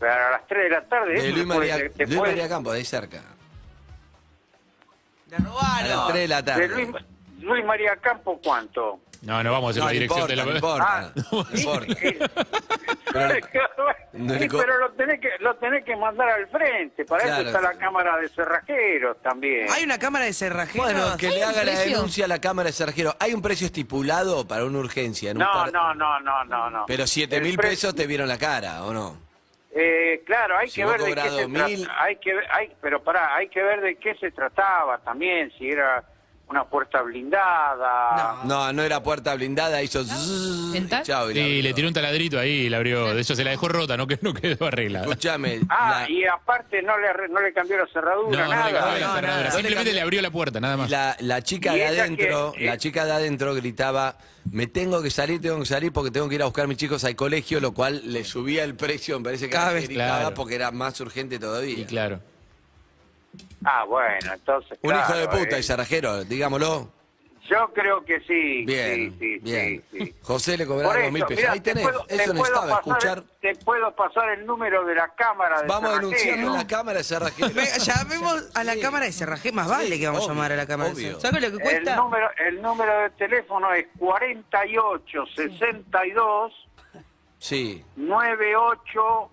K: Pero a las 3 de la tarde.
C: De
K: eso
C: Luis
K: te puede-
C: María,
K: te
C: Luis
K: puede-
C: María Campos, de ahí cerca. A las 3 de la
K: Ah, De
C: tarde.
K: Luis, Luis María Campo, ¿cuánto?
F: No, no vamos a decir
C: No,
F: la
C: no
F: dirección
C: importa,
F: de la
C: no
K: Ah.
C: importa. No importa. No le
K: Sí,
C: co-
K: pero lo tenés, que, lo tenés que mandar al frente. Para
C: Claro,
K: eso está la
C: sí.
K: cámara de cerrajeros también.
G: Hay una cámara de cerrajeros.
C: Bueno, que
G: ¿Hay
C: le
G: un
C: haga la
G: precio?
C: denuncia a la Cámara de Cerrajero. ¿Hay un precio estipulado para una urgencia? En un
K: No,
C: par-
K: no, no, no, no, no.
C: Pero 7 mil
K: El pre-
C: pesos te vieron la cara, ¿o no?
K: Eh, claro, hay
C: Si
K: que
C: vos
K: ver de qué
C: cobrás
K: se
C: 2000.
K: trata. Hay que, ver- hay, pero pará, hay que ver de qué se trataba también. Si era una puerta blindada.
C: No, no era puerta blindada, hizo... zzzz, y Chao, y la
F: Sí,
C: abrió.
F: le tiró un taladrito ahí y la abrió. De hecho, se la dejó rota, no, que- no quedó arreglada.
C: Escuchame.
K: Ah, y aparte no le, arre- no le cambió la
F: No,
K: cerradura,
F: no le
K: nada. Ah,
F: cambió la cerradura.
C: nada.
F: Simplemente le abrió la puerta, nada más.
C: La, la chica
K: ¿Y
C: de
K: ella eh.
C: adentro,
K: qué?
C: la chica de adentro gritaba, me tengo que salir, tengo que salir porque tengo que ir a buscar a mis chicos al colegio, lo cual le subía el precio, me parece que
G: Cada
C: la
G: vez-
C: gritaba
F: Claro.
C: porque era más urgente todavía.
F: Y claro.
K: Ah, bueno, entonces.
C: Un hijo de
K: claro,
C: puta
K: eh.
C: y cerrajero, digámoslo.
K: Yo creo que sí.
C: Bien,
K: sí, sí,
C: bien.
K: sí, sí.
C: José le
K: Por
C: cobraron dos mil
K: eso,
C: pesos.
K: mirá,
C: Ahí
K: te
C: tenés,
K: puedo- te
C: eso
K: puedo
C: necesitaba
K: pasar-
C: escuchar.
K: Te puedo pasar el número de la cámara de
C: Vamos a denunciar
K: Cerrajeros.
C: en la cámara de cerrajero.
G: Ve- Llamemos a la cámara de cerrajeros. Más vale que vamos
C: obvio,
G: a llamar a la cámara
C: obvio.
G: de cerrajeros. ¿Sabes lo que
K: El
G: cuesta?
K: número, el número de teléfono es 48 62
C: Sí,
K: 98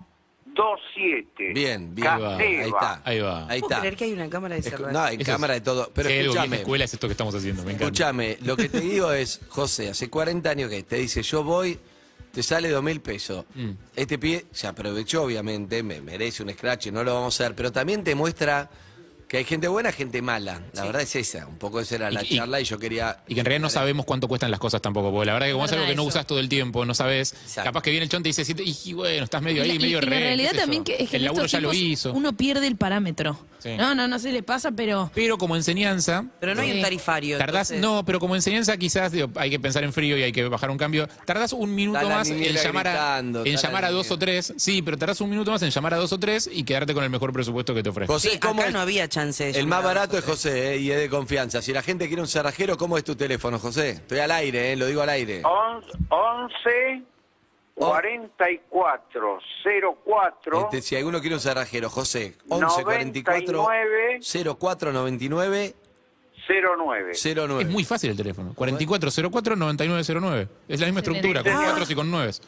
K: 27.
C: bien, bien. Ahí está.
F: Ahí va.
C: Ahí
G: ¿Puedo
C: está.
G: creer que hay una cámara de
C: Escu-
G: cerrajeros?
C: No, hay
F: Eso es-
C: cámara de todo. Pero
F: Si hay algo que es
C: escúchame.
F: escuela es esto que estamos haciendo, me encanta.
C: Escúchame, lo que te digo es, José, hace 40 años que te dice, yo voy, te sale dos mil pesos.
F: Mm.
C: Este pie se aprovechó, obviamente, me merece un scratch, no lo vamos a hacer, pero también te muestra Que hay gente buena, gente mala. La verdad es esa. Un poco esa era la
F: Y- y-
C: charla y yo quería.
F: Y que en realidad no sabemos cuánto cuestan las cosas tampoco, porque la verdad que como es
E: Verdad
F: algo que no
E: eso.
F: usas todo el tiempo, no sabes, capaz que viene el chon y te dice, "Sí, te- y bueno, estás medio ahí,
E: Y- y
F: medio
E: que
F: re.
E: En
F: qué
E: realidad
F: sé yo".
E: también que, es que
F: el
E: en
F: laburo
E: estos
F: ya lo
E: tipos
F: hizo.
E: uno pierde el parámetro.
F: Sí.
E: No, no, no se le pasa, pero...
F: Pero como enseñanza...
G: Pero no hay un tarifario.
F: Tardás,
G: entonces-
F: no, pero como enseñanza quizás digo, hay que pensar en frío y hay que bajar un cambio. Tardás un minuto
C: Está la
F: más en
C: niñera
F: llamar, a,
C: gritando,
F: en
C: está la
F: llamar a dos o tres. Sí, pero tardás un minuto más en llamar a dos o tres y quedarte con el mejor presupuesto que te ofrece.
C: José,
G: Sí,
C: ¿cómo
G: acá
C: es?
G: no había chance de
C: El más
G: llamar.
C: barato es José, ¿eh? y es de confianza. Si la gente quiere un cerrajero, ¿cómo es tu teléfono, José? Estoy al aire, ¿eh? lo digo al aire.
K: 11 44 04
C: Oh. Este, si alguno quiere un cerrajero, José, 11 44
K: 99
C: 04 99
K: 09.
C: 09.
F: Es muy fácil el teléfono. 4404-9909. Es la
C: Excelente.
F: misma estructura, con
C: Ah.
F: cuatros y con nueves.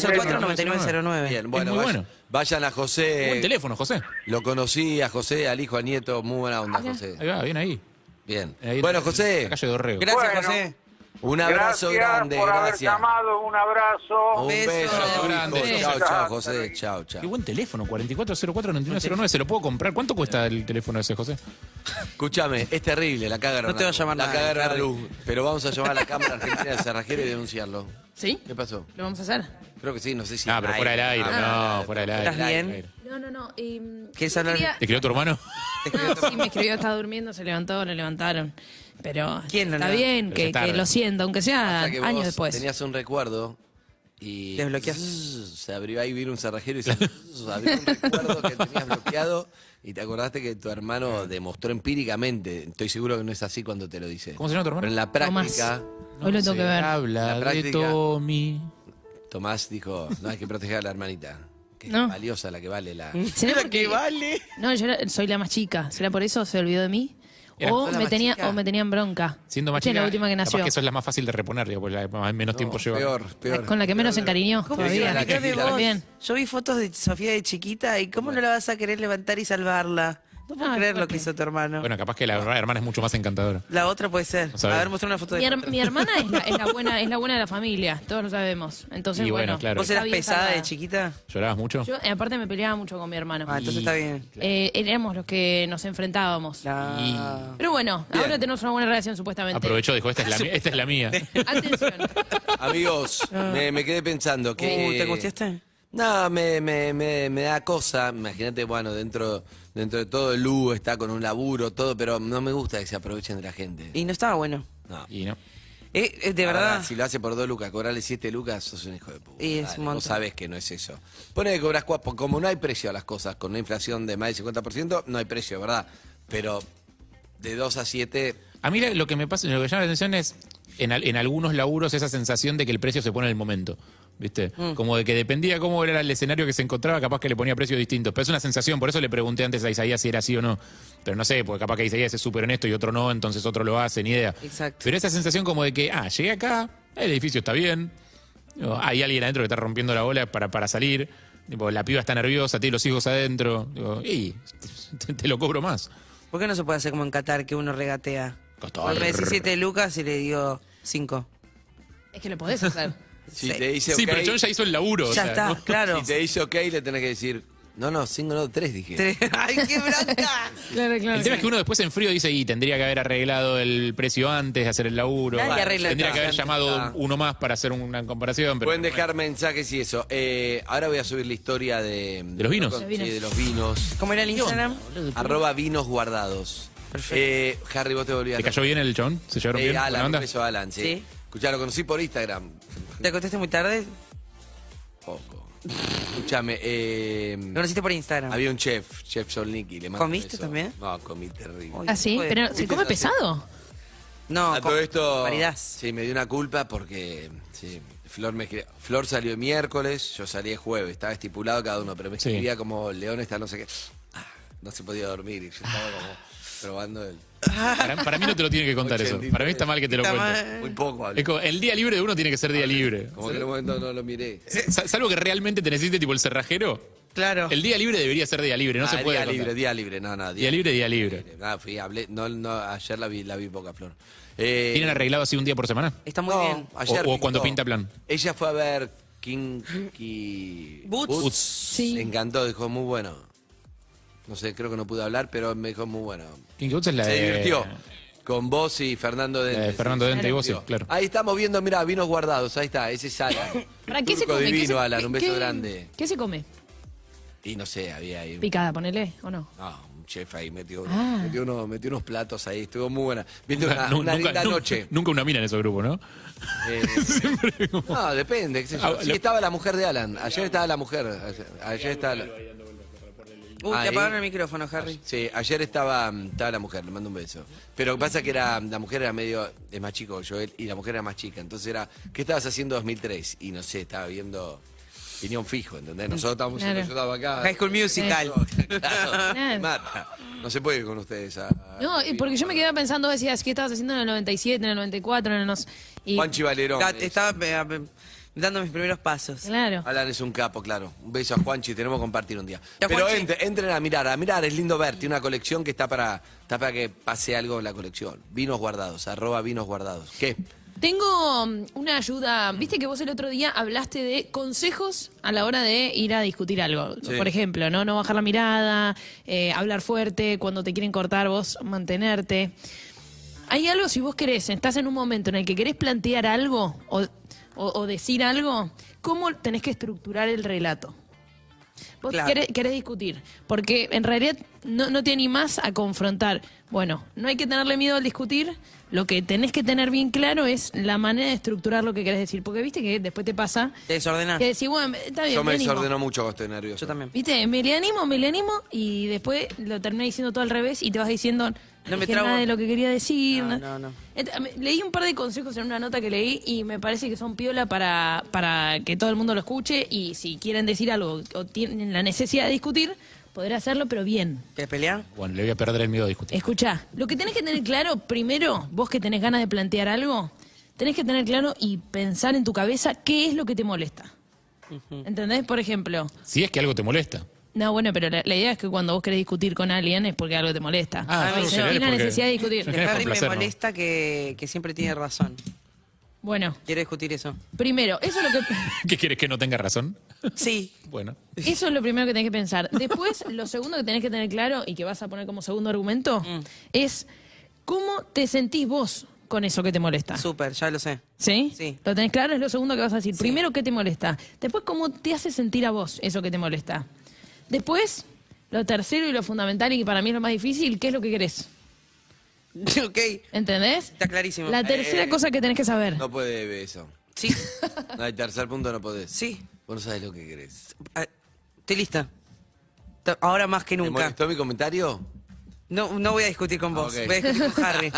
F: 4404-9909.
C: Bien,
F: Es
C: bueno,
F: muy
C: vayan,
F: bueno.
C: vayan a José.
F: Buen teléfono, José.
C: Lo conocí a José, al hijo, al nieto. Muy buena onda,
F: Mirá.
C: José.
F: Ahí va, bien ahí.
C: Bien.
F: Ahí en
C: bueno,
F: la-
C: José.
F: en la calle Dorrego.
C: Gracias,
K: Bueno,
C: José. Un abrazo
K: gracias
C: grande,
K: por haber
C: gracias.
K: llamado, un abrazo.
C: Un beso, hijo.
F: grande.
C: Chao, chao, José. Chao,
F: Qué
C: chao.
F: buen teléfono, 4404-9909. Se lo puedo comprar. ¿Cuánto cuesta el teléfono ese, José?
C: Escúchame, es terrible, la cagaron.
G: No te va a
C: luz.
G: llamar
C: La
G: nadie,
C: cagaron a
G: Harry.
C: luz. Pero vamos a llamar a la Cámara Argentina de Cerrajero y denunciarlo.
E: ¿Sí?
C: ¿Qué pasó?
E: ¿Lo vamos a hacer?
C: Creo que sí, no sé si.
F: Ah, pero fuera del aire.
C: Ah,
F: No, fuera del aire.
G: ¿Estás bien?
E: No, no, no. mm,
G: ¿Quieres hablar?
E: Quería-
F: ¿Te crió tu hermano?
E: No, sí, me escribió, estaba durmiendo, se levantó, lo levantaron. Pero
G: ¿Quién lo
E: está
G: levantó?
E: bien,
F: Pero
E: que,
F: ya tarde.
E: que lo siento, aunque sea
C: Pasa que vos
E: Ah, años después.
C: Tenías un recuerdo y.
G: Desbloqueás.
C: zzz, Se abrió ahí, vino un cerrajero y se zzz, abrió un recuerdo que tenías bloqueado. Y te acordaste que tu hermano demostró empíricamente. Estoy seguro que no es así cuando te lo dice.
F: ¿Cómo se llama tu hermano?
C: Pero en la práctica,
E: Hoy lo tengo que ver.
C: La
F: Habla de
C: práctica.
F: Tommy.
C: Tomás dijo: No, hay que proteger a la hermanita. Que es
E: No. ¿Mm?
C: valiosa la que vale la.
E: ¿Será porque- No, yo era- soy la más chica. ¿Será por eso? ¿Se olvidó de mí?
F: Era-
E: O
F: ¿Sos la
E: me,
C: más
E: tenía,
C: chica?
E: o me tenían bronca.
F: Siendo más
E: Viste,
F: chica,
E: la última que
F: capaz
E: nació.
F: eso es la más fácil de reponer, digo, porque la más- menos tiempo lleva.
C: Peor, peor.
E: Con la que menos se encariñó.
G: ¿Cómo
E: todavía.
C: que era la
G: se olvidó de
C: cajita?
G: vos?
E: Bien.
G: Yo vi fotos de Sofía de chiquita y cómo no la vas a querer levantar y salvarla. No puedo
E: Ah,
G: creer lo
E: fuerte.
G: que hizo tu hermano.
F: Bueno, capaz que la verdad, hermana es mucho más encantadora.
G: La otra puede ser.
F: No sabés.
G: a ver, muestra una foto de
E: Mi, her-
G: otra.
E: mi hermana es la, es la buena, es la buena de la familia, todos lo sabemos. Entonces,
F: Y bueno,
E: bueno,
F: claro.
G: ¿Vos
E: está
G: eras
E: bien
G: pesada
E: salvada.
G: de chiquita?
F: ¿Llorabas mucho?
E: Yo, eh, aparte, me peleaba mucho con mi hermano.
G: Ah, entonces
F: Y-
G: está bien.
E: Eh, éramos los que nos enfrentábamos.
G: Ah.
E: Pero bueno, ahora tenemos una buena relación, supuestamente.
F: Aprovechó, dijo, esta es la, mía- esta es la mía.
E: Atención.
C: Amigos, me, me quedé pensando que.
G: Uh, ¿Te angustiaste?
C: No, me, me, me, me da cosa. Imagínate, bueno, dentro, dentro de todo el U está con un laburo, todo, pero no me gusta que se aprovechen de la gente.
G: Y no estaba bueno.
C: No.
F: Y no.
G: Eh, eh, de
C: La
G: verdad.
C: Si lo hace por dos lucas, cobrarle siete lucas, sos un hijo de puta.
G: Y es un montón.
C: Vos sabés que no es eso. Pone que cobras cuatro, como no hay precio a las cosas, con una inflación de más del 50%, no hay precio, ¿verdad? Pero de dos a siete,
F: A mí la- lo que me pasa, lo que llama la atención es en, al- en algunos laburos esa sensación de que el precio se pone en el momento. ¿Viste?
G: Mm.
F: Como de que dependía cómo era el escenario que se encontraba, capaz que le ponía precios distintos. Pero es una sensación, por eso le pregunté antes a Isaías si era así o no. Pero no sé, porque capaz que Isaías es súper honesto y otro no, entonces otro lo hace, ni idea.
G: Exacto.
F: Pero esa sensación como de que, ah, llegué acá, el edificio está bien, digo, hay alguien adentro que está rompiendo la bola para, para salir, tipo, la piba está nerviosa, tiene los hijos adentro, digo, y te- te lo cobro más.
G: ¿Por qué no se puede hacer como en Qatar que uno regatea?
F: Costó.
G: Hoy me decís 7 lucas y le digo 5.
E: Es que lo podés hacer.
C: si
G: Sí.
C: te dice
F: Sí,
C: ok,
F: pero John ya hizo el laburo. o
G: Ya
F: sea,
G: está,
F: ¿no?
G: claro.
C: si te dice ok, le tenés que decir, no, no, cinco, no, tres, dije.
G: Tres. ¡Ay, qué bronca!
E: Claro, claro.
F: El tema es que uno después en frío dice, y tendría que haber arreglado el precio antes de hacer el laburo.
G: Nadie
F: Bueno,
G: arregla
F: tendría
G: nada.
F: que haber llamado
C: Ah.
F: uno más para hacer una comparación. Pero
C: Pueden dejar mensajes y eso. Eh, ahora voy a subir la historia de...
F: ¿De los vinos?
C: Sí, de los vinos.
G: ¿Cómo era el Instagram?
C: Arroba vinos guardados.
G: Perfecto.
C: Eh, Harry, vos te volvías.
F: ¿Te cayó bien el chon? ¿Se llevaron
C: Eh,
F: bien? ¿Buena
C: Alan,
F: onda?
C: un beso a Alan, sí.
G: Sí.
C: Escuchá, lo conocí por Instagram.
G: ¿Te contesté muy tarde?
C: Poco. Escuchame, eh,
G: Lo conociste por Instagram.
C: había un chef, Chef Solniki. Le mando un
G: ¿Comiste
C: beso.
G: también?
C: No, comí terrible.
G: Ay,
E: ¿Ah, sí?
G: joder.
E: Pero se come pesado.
G: No,
C: a
G: con-
C: todo esto.
G: variedad.
C: Sí, me dio una culpa porque. sí, Flor, me escri- Flor salió miércoles, yo salí jueves, estaba estipulado cada uno, pero me
F: Sí.
C: escribía como León está no sé qué. Ah, no se podía dormir y yo estaba como probando el.
F: Para, para mí no te lo tiene que contar eso.
C: 83.
F: Para mí está mal que te lo
G: Está
F: cuente.
G: mal.
C: Muy poco hablé.
F: Es como, el día libre de uno tiene que ser día libre.
C: Como que en un momento no lo miré.
F: Sa- Salvo que realmente te necesite tipo el cerrajero.
G: Claro.
F: El día libre debería ser día libre, no
C: Ah,
F: se
C: el
F: puede.
C: Día
F: contar.
C: libre, día libre, no, no.
F: Día libre, día libre.
C: Nada, fui, hablé. No, no, ayer la vi, la vi poca flor. Eh,
F: ¿Tienen arreglado así un día por semana?
G: Está muy
C: no,
G: bien.
C: ayer
F: O- o cuando
C: pintó.
F: pinta plan.
C: Ella fue a ver Kinky
G: Boots.
C: Le encantó, dijo, muy bueno. No sé, creo que no pude hablar, pero me dijo muy bueno.
F: Kinky Boots es la
C: Se
F: de...
C: divirtió. Con vos y Fernando Dente.
F: La de Eh. Fernando
C: Sí,
F: Dente
C: se
F: y vos,
C: divirtió.
F: claro.
C: Ahí estamos viendo, mira, vinos guardados. Ahí está, ese es Alan.
E: ¿Para qué se
C: Turco
E: come? ¿Qué
C: divino,
E: se-
C: Alan, un beso
E: qué-
C: grande.
E: ¿Qué se come?
C: Y no sé, había ahí. un-
E: Picada, ponele, ¿o no?
C: No, un chef ahí metió, uno-
E: Ah.
C: metió, uno- metió unos platos ahí. Estuvo muy buena. Viste una,
F: Nu-
C: una
F: nunca,
C: linda
F: nu-
C: noche.
F: Nunca una mina en esos grupos, ¿no?
C: Eh, no, depende. qué sé yo.
F: Ah,
C: Sí,
F: lo-
C: estaba la mujer de Alan. Ayer estaba la mujer. Ayer, ayer estaba la-
G: Uy,
C: Ahí.
G: te apagaron el micrófono, Harry.
C: Sí, ayer estaba, mm, estaba la mujer, le mando un beso. Pero lo que pasa que era, mm, la mujer era medio, es más chico que Joel, y la mujer era más chica. Entonces era, ¿qué estabas haciendo en 2003? Y no sé, estaba viendo Piñón Fijo, ¿entendés? Nosotros estábamos,
G: Claro.
C: yo estaba acá.
G: High School Musical.
C: Claro, me
E: Claro.
C: mata. No se puede ir con ustedes. a- a-
E: No, eh, porque yo me quedaba pensando, decías, ¿qué estabas haciendo en el 97, en el 94, en el no sé? Y,
C: Juanchi Valerón.
G: Gat- Estaba eh, eh, dando mis primeros pasos.
E: claro.
C: Alan es un capo, claro. Un beso a Juanchi, tenemos que compartir un día.
G: Ya,
C: Pero
G: Juanchi.
C: entre- entren a mirar, a mirar, es lindo ver. Tiene una colección que está para, está para que pase algo en la colección. Vinos guardados, arroba vinos guardados. ¿Qué?
E: Tengo mm, una ayuda. Viste que vos el otro día hablaste de consejos a la hora de ir a discutir algo.
C: Sí.
E: Por ejemplo, ¿no? No bajar la mirada, eh, hablar fuerte, cuando te quieren cortar, vos mantenerte. Hay algo, si vos querés, estás en un momento en el que querés plantear algo o, o- o decir algo, ¿cómo tenés que estructurar el relato? Vos
G: Claro.
E: querés, querés discutir, porque en realidad no, no te animás a confrontar. Bueno, no hay que tenerle miedo al discutir, lo que tenés que tener bien claro es la manera de estructurar lo que querés decir, porque viste que después te pasa
G: Te desordenás.
E: que decís, bueno, está bien,
C: Yo me
E: me animo.
C: desordenó mucho cuando estoy nervioso.
G: Yo también.
E: Viste, me le animo, me le animo y después lo terminé diciendo todo al revés y te vas diciendo no,
G: No me
E: dije
G: trabo.
E: nada de lo que quería decir.
G: No, no, no.
E: Ent- me- Leí un par de consejos en una nota que leí y me parece que son piola para, para que todo el mundo lo escuche y si quieren decir algo o tienen la necesidad de discutir, poder hacerlo, pero bien.
G: ¿Querés pelear?
F: Bueno, le voy a perder el miedo a discutir.
E: Escuchá, lo que tenés que tener claro primero, vos que tenés ganas de plantear algo, tenés que tener claro y pensar en tu cabeza qué es lo que te molesta. ¿Entendés? Por ejemplo,
F: Si es que algo te molesta.
E: no, bueno, pero la, la idea es que cuando vos querés discutir con alguien es porque algo te molesta. A
F: Ah, sí,
E: mí
F: en
E: se me
F: general es
E: viene la
F: porque-
E: necesidad de
F: en
E: discutir.
F: general es por
G: Harry me
F: placer, ¿no?
G: molesta que, que siempre tiene razón.
E: Bueno,
G: Quiero discutir eso.
E: primero, eso es lo que
F: ¿Qué quieres que no tenga razón?
G: Sí.
F: Bueno.
E: eso es lo primero que tenés que pensar. Después, lo segundo que tenés que tener claro y que vas a poner como segundo argumento es cómo te sentís vos con eso que te molesta.
G: Súper, ya lo sé.
E: ¿Sí?
G: Sí.
E: ¿Lo tenés claro? Es lo segundo que vas a decir. Primero, ¿qué te molesta? Después, ¿cómo te hace sentir a vos eso que te molesta? Después, lo tercero y lo fundamental y que para mí es lo más difícil, ¿qué es lo que querés?
G: ok,
E: ¿Entendés?
G: está clarísimo.
E: La tercera
C: Eh,
E: cosa que tenés que saber.
C: No puede ver eso.
G: Sí,
C: No, el tercer punto no podés.
G: sí.
C: Vos no sabés lo que querés.
G: Ah, Estoy lista. Ta- Ahora más que
C: ¿Te
G: nunca.
C: molestó mi comentario?
G: No, no voy a discutir con vos,
C: Ah, ok.
G: voy a discutir con Harry.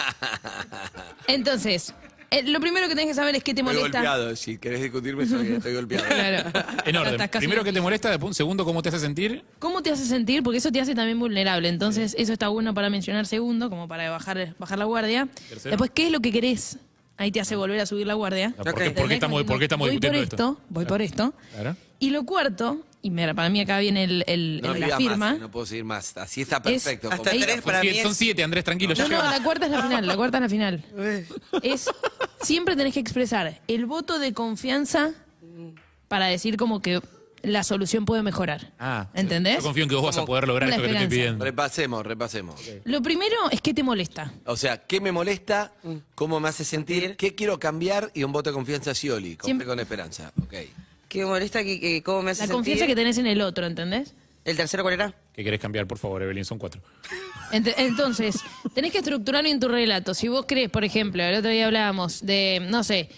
E: Entonces, eh, lo primero que tenés que saber es qué te
C: Estoy
E: molesta.
C: golpeado. Si querés discutirme, yo ya estoy golpeado.
E: Claro.
F: En
E: Ya Ah,
F: orden.
E: estás casi
F: Primero,
E: aquí.
F: ¿qué te molesta? Después, Segundo, ¿cómo te hace sentir?
E: ¿Cómo te hace sentir? Porque eso te hace también vulnerable. Entonces, eso está bueno para mencionar segundo, como para bajar, bajar la guardia.
F: Tercero. Ah,
E: Después, ¿qué es lo que querés? Ahí te hace volver a subir la guardia.
F: ¿Por,
G: Ok.
F: qué, por qué estamos, por qué estamos
E: voy por
F: discutiendo Ah,
E: esto, Voy por esto.
F: Claro.
E: Y lo cuarto, y mira, para mí acá viene el, el-
C: No
E: el- la
C: diga
E: firma.
C: más, no puedo seguir más. Así está perfecto.
G: hasta
C: como-
G: tres
F: Son
G: para mí
F: siete, son
G: es...
F: siete, Andrés, tranquilo. ya
E: No, no,
F: llegamos.
E: la cuarta es la final, la cuarta es la final. Es siempre tenés que expresar el voto de confianza para decir como que la solución puede mejorar.
F: Ah, sí.
E: ¿Entendés?
F: Yo confío en que vos vas a
E: Como
F: poder lograr
E: una
F: esto que te estoy
E: esperanza.
F: pidiendo.
C: Repasemos, repasemos.
E: Lo primero es que te molesta.
C: O sea, ¿qué me molesta? ¿Cómo me hace sentir? ¿Qué quiero cambiar? Y un voto de confianza a Scioli. Compré
E: Siempre-
C: con esperanza. Ok.
G: Que molesta que, que cómo me hace
E: La
G: sentir.
E: confianza que tenés en el otro, ¿entendés?
G: ¿El tercero cuál era?
F: ¿Qué querés cambiar, por favor, Evelyn? Son cuatro.
E: Ent- Entonces, tenés que estructurarlo en tu relato. Si vos crees, por ejemplo, el otro día hablábamos de, no sé,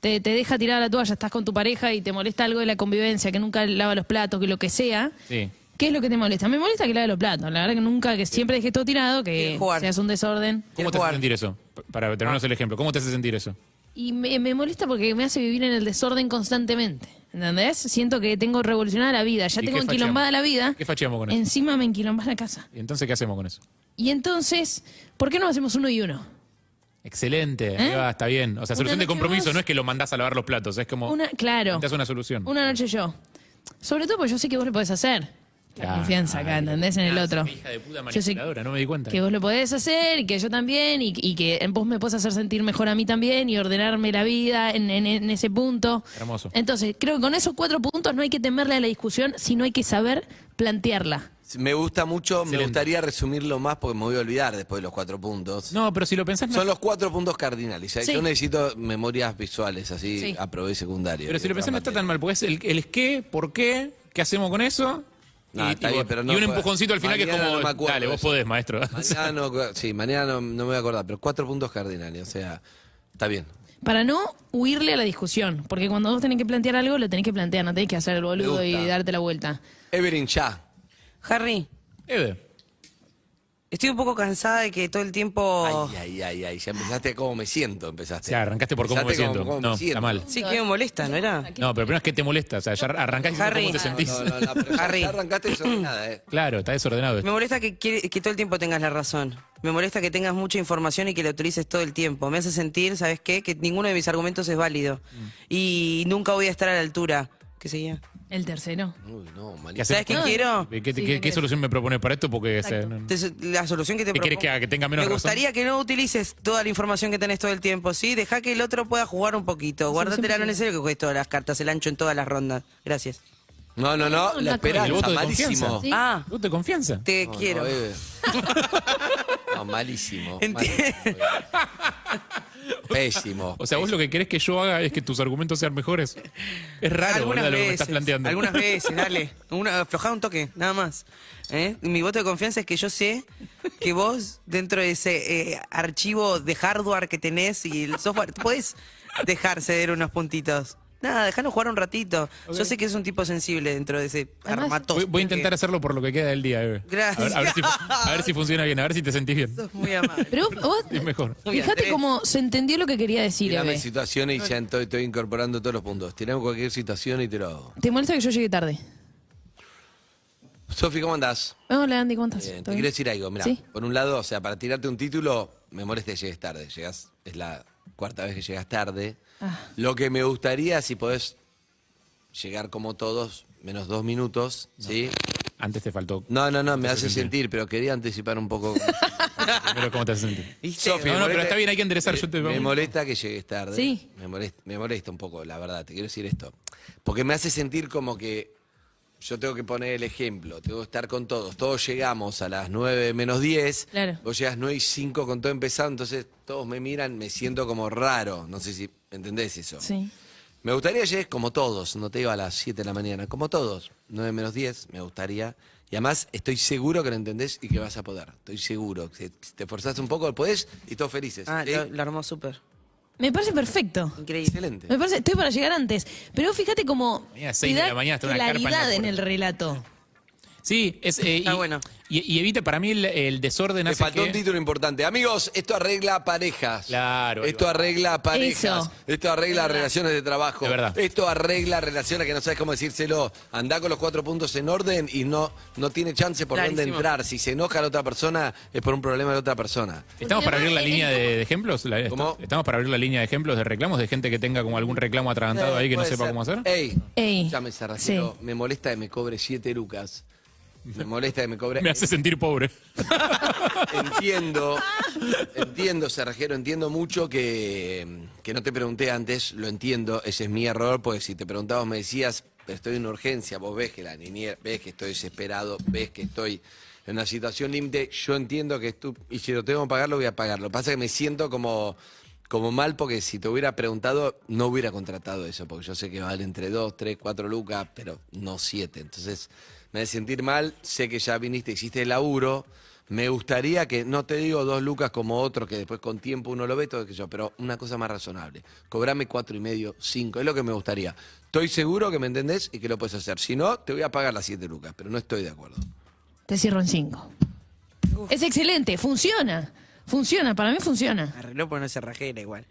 E: te, te deja tirada la toalla, estás con tu pareja y te molesta algo de la convivencia, que nunca lava los platos, que lo que sea.
F: Sí.
E: ¿Qué es lo que te molesta? Me molesta que lave los platos. La verdad que nunca, que siempre dejes todo tirado, que
G: Quiere jugar.
E: seas un desorden.
F: ¿Cómo
G: Quiero
F: te hace
G: jugar.
F: sentir eso? P- Para
G: Ah.
F: terminarnos el ejemplo, ¿cómo te hace sentir eso?
E: Y me, me molesta porque me hace vivir en el desorden constantemente. ¿Entendés? Siento que tengo revolucionada la vida. Ya
F: ¿Y
E: tengo
F: qué
E: enquilombada la
F: facheamos?
E: vida.
F: ¿Qué facheamos con eso?
E: Encima me enquilombás la casa.
F: ¿Y entonces qué hacemos con eso?
E: Y entonces, ¿por qué no hacemos uno y uno?
F: Excelente, ahí
E: ¿Eh?
F: va, está bien. O sea,
E: Una
F: solución de
E: noche
F: compromiso
E: más.
F: no es que lo mandás a lavar los platos, es como
E: Una, claro.
F: Oh, te hace una solución.
E: Una noche yo. Sobre todo porque yo sé que vos lo podés hacer. La
F: Claro.
E: confianza acá, ¿entendés? En el
F: Ah,
E: otro.
F: soy Hija de puta
E: Yo sé
F: manipuladora, no me di cuenta.
E: que vos lo podés hacer y que yo también y, y que vos me podés hacer sentir mejor a mí también y ordenarme la vida en, en- en ese punto.
F: Hermoso.
E: Entonces, creo que con esos cuatro puntos no hay que temerle a la discusión, sino hay que saber plantearla.
C: Me gusta mucho, me
F: Excelente.
C: gustaría resumirlo más porque me voy a olvidar después de los cuatro puntos.
F: No, pero si lo pensás... no-
C: Son los cuatro puntos cardinales. ¿eh?
F: Sí.
C: Yo necesito memorias visuales, así
F: Sí.
C: aprobé secundaria.
F: Pero si lo pensás no está tan mal, porque es el, el es qué, por qué, qué hacemos con eso.
C: No,
F: y,
C: está
F: y-
C: bien, pero no
F: y un
C: puedo-
F: empujoncito al final que es
C: mañana
F: como,
C: no me acuerdo
F: dale,
C: de
F: vos
C: eso".
F: podés, maestro.
C: Mañana no, sí, mañana no, no me voy a acordar, pero cuatro puntos cardinales, o sea, está bien.
E: Para no huirle a la discusión, porque cuando vos tenés que plantear algo, lo tenés que plantear, no tenés que hacer el boludo
C: Me gusta.
E: y darte la vuelta.
C: Everin, ya.
G: Harry, estoy un poco cansada de que todo el tiempo...
C: Ay, ay, ay, ay, ya empezaste a cómo me siento, empezaste.
F: Ya, arrancaste por cómo me
C: Empezaste
F: siento. No, está mal.
G: Sí, que me molesta, ¿no era?
F: No, pero primero es que te molesta, o sea, ya arrancás diciendo
G: Harry.
F: cómo te
G: No,
F: sentís.
C: Ah, No, no, pero ya-
G: Harry.
C: ya arrancaste eso de nada, eh.
F: Claro, está desordenado esto.
G: Me molesta que, quiere- que todo el tiempo tengas la razón. Me molesta que tengas mucha información y que la utilices todo el tiempo. Me hace sentir, ¿sabes qué? Que ninguno de mis argumentos es válido.
C: Mm.
G: Y nunca voy a estar a la altura. ¿Qué seguía?
E: El tercero.
C: Uy, no, man.
F: ¿Qué
G: ¿Sabes qué
E: Ah.
F: hacemos?
G: quiero?
F: ¿Qué, qué-
G: Sí,
F: qué-
G: ¿qué
F: qué
G: querés?
F: solución me propones para esto? Porque o sea, no- no.
G: Entonces, la solución que te
F: ¿Qué querés
G: propongo-
F: que haga? ¿Que tenga menos
G: Me
F: razón?
G: gustaría que no utilices toda la información que tenés todo el tiempo, ¿sí? Deja que el otro pueda jugar un poquito. Guárdatela, no es necesario que juegues todas las cartas, el ancho en todas las rondas. Gracias.
C: No, no, no, la
F: el
C: esperanza,
F: voto de
C: malísimo.
F: confianza.
G: Ah.
F: ¿Voto de confianza?
G: Te
C: No, eh,
G: quiero.
C: No, bebe. No, malísimo. malísimo. Pésimo.
F: O sea, vos lo que querés que yo haga es que tus argumentos sean mejores. Es raro,
G: algunas
F: boluda, lo que me
G: veces,
F: estás planteando.
G: Algunas veces, dale. Una, aflojá un toque, nada más. ¿Eh? Mi voto de confianza es que yo sé que vos, dentro de ese eh, archivo de hardware que tenés y el software, podés dejar ceder unos puntitos. Nada, dejanos jugar un ratito. Yo sé que es un tipo sensible dentro de ese armato.
F: Voy, voy a intentar hacerlo por lo que queda del día, Eve.
G: Gracias.
F: A ver, a ver si, a ver si funciona bien, a ver si te sentís bien.
G: Muy amable.
E: Pero vos- vos,
F: Es mejor.
G: Uy,
E: fíjate
G: Andrés.
E: cómo se entendió lo que quería decir,
C: Tirame
E: Eve.
C: situaciones y ya estoy, estoy incorporando todos los puntos. Tirame cualquier situación y te lo hago.
E: ¿Te molesta que yo llegue tarde?
C: Sofi, ¿cómo andás?
E: Hola, Andy, ¿cómo estás?
C: Bien, te
E: ¿Todo bien?
C: quiero decir algo. Mira,
E: Sí.
C: por un lado, o sea, para tirarte un título, me molesta que llegues tarde. Llegas, es la cuarta vez que llegas tarde.
E: Ah,
C: Lo que me gustaría, si podés llegar como todos, menos dos minutos, ¿sí?
F: Antes te faltó.
C: No, no, no, me
F: hace
C: hace sentir, pero quería anticipar un poco.
F: Primero, ¿cómo te haces sentir?
G: ¿Viste?
C: Sofi, me
F: No, no, pero
C: molesta-
F: está bien, hay que enderezar. Yo te
C: Me molesta que llegues tarde.
E: Sí.
C: Me molesta, me molesta un poco, la verdad, te quiero decir esto. Porque me hace sentir como que yo tengo que poner el ejemplo, tengo que estar con todos. Todos llegamos a las 9 menos 10.
E: Claro.
C: Vos llegas 9 y 5 con todo empezado, entonces todos me miran, me siento como raro. No sé si entendés eso.
E: sí.
C: Me gustaría que llegues como todos, no te digo a las 7 de la mañana, como todos. 9 menos 10, me gustaría. Y además estoy seguro que lo entendés y que vas a poder. Estoy seguro. Si si te esforzaste un poco, podés y todos felices.
G: Ah,
C: ¿sí?
G: lo, lo armó súper.
E: Me parece perfecto.
G: Increíble.
C: Excelente.
E: Me parece, estoy para llegar antes. Pero fíjate cómo
F: Mira,
E: te
F: seis de
E: da
F: la mañana está una carpa en la
E: claridad en
F: puerta.
E: el relato.
F: Sí, es. eh, y,
G: Está bueno.
F: Y, y evita para mí el, el desorden
C: Te
F: hace
C: faltó
F: que-
C: un título importante. Amigos, esto arregla parejas.
F: Claro, ahí
C: Esto
F: va.
C: arregla parejas.
E: Eso.
C: Esto arregla relaciones de trabajo.
F: De verdad.
C: Esto arregla relaciones que no sabes cómo decírselo. Andá con los cuatro puntos en orden y no, no tiene chance por dónde
G: Clarísimo.
C: entrar. Si se enoja la otra persona, es por un problema de la otra persona.
F: ¿Estamos para abrir la
E: Porque
F: línea
E: además,
F: de, de ejemplos? La- est-
C: ¿Cómo?
F: ¿Estamos para abrir la línea de ejemplos de reclamos de gente que tenga como algún reclamo atragantado ahí que no
C: Eh, Puede
F: sepa
C: ser.
F: cómo hacer?
C: Ey,
E: Ey.
C: ya me cerracero. Me molesta que me cobre siete lucas. Me molesta que me cobre.
F: Me hace sentir pobre.
C: Entiendo, entiendo, Serrajero, entiendo mucho que, que no te pregunté antes, lo entiendo, ese es mi error, porque si te preguntabas me decías, pero estoy en urgencia, vos ves que la niñez, ves que estoy desesperado, ves que estoy en una situación límite, yo entiendo que tú, y si lo tengo que pagar, lo voy a pagar. Lo que pasa es que me siento como, como mal, porque si te hubiera preguntado, no hubiera contratado eso, porque yo sé que vale entre 2, 3, 4 lucas, pero no 7. Entonces, me hace sentir mal, sé que ya viniste, hiciste el laburo. Me gustaría que, no te digo dos lucas como otro, que después con tiempo uno lo ve, todo que yo, pero una cosa más razonable. Cobrame cuatro y medio, cinco, es lo que me gustaría. Estoy seguro que me entendés y que lo puedes hacer. Si no, te voy a pagar las siete lucas, pero no estoy de acuerdo.
E: Te cierro en cinco. Es excelente, funciona. Funciona, para mí funciona.
G: Arregló por una cerrajera igual.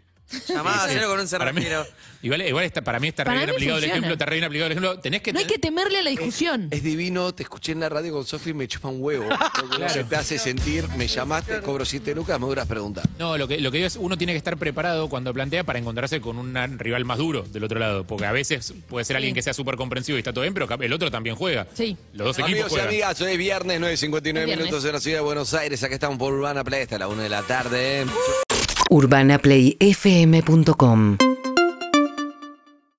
G: Llamaba a hacerlo con un
F: Para mí,
G: cerrajero.
F: igual igual está, para mí está re
E: Para
F: bien
E: mí
F: aplicado el
E: funciona.
F: ejemplo, está re bien aplicado el ejemplo. Tenés que
E: No hay
F: tener-
E: que temerle a la discusión.
C: Es divino, te escuché en la radio con Sofi y me chupa un huevo. claro. Te hace sentir, me llamaste, cobro siete lucas, me duras preguntar.
F: No, lo que, lo que digo es, uno tiene que estar preparado cuando plantea para encontrarse con un rival más duro del otro lado. Porque a veces puede ser alguien que sea súper comprensivo y está todo bien, pero el otro también juega.
E: Sí.
F: Los dos equipos
C: Amigos y
F: juegan.
C: amigas, hoy es viernes, 9.59
E: Es viernes.
C: minutos en la ciudad de Buenos Aires. Acá estamos ¿eh? por Urbana Play hasta la una de la tarde.
N: urbanaplayfm.com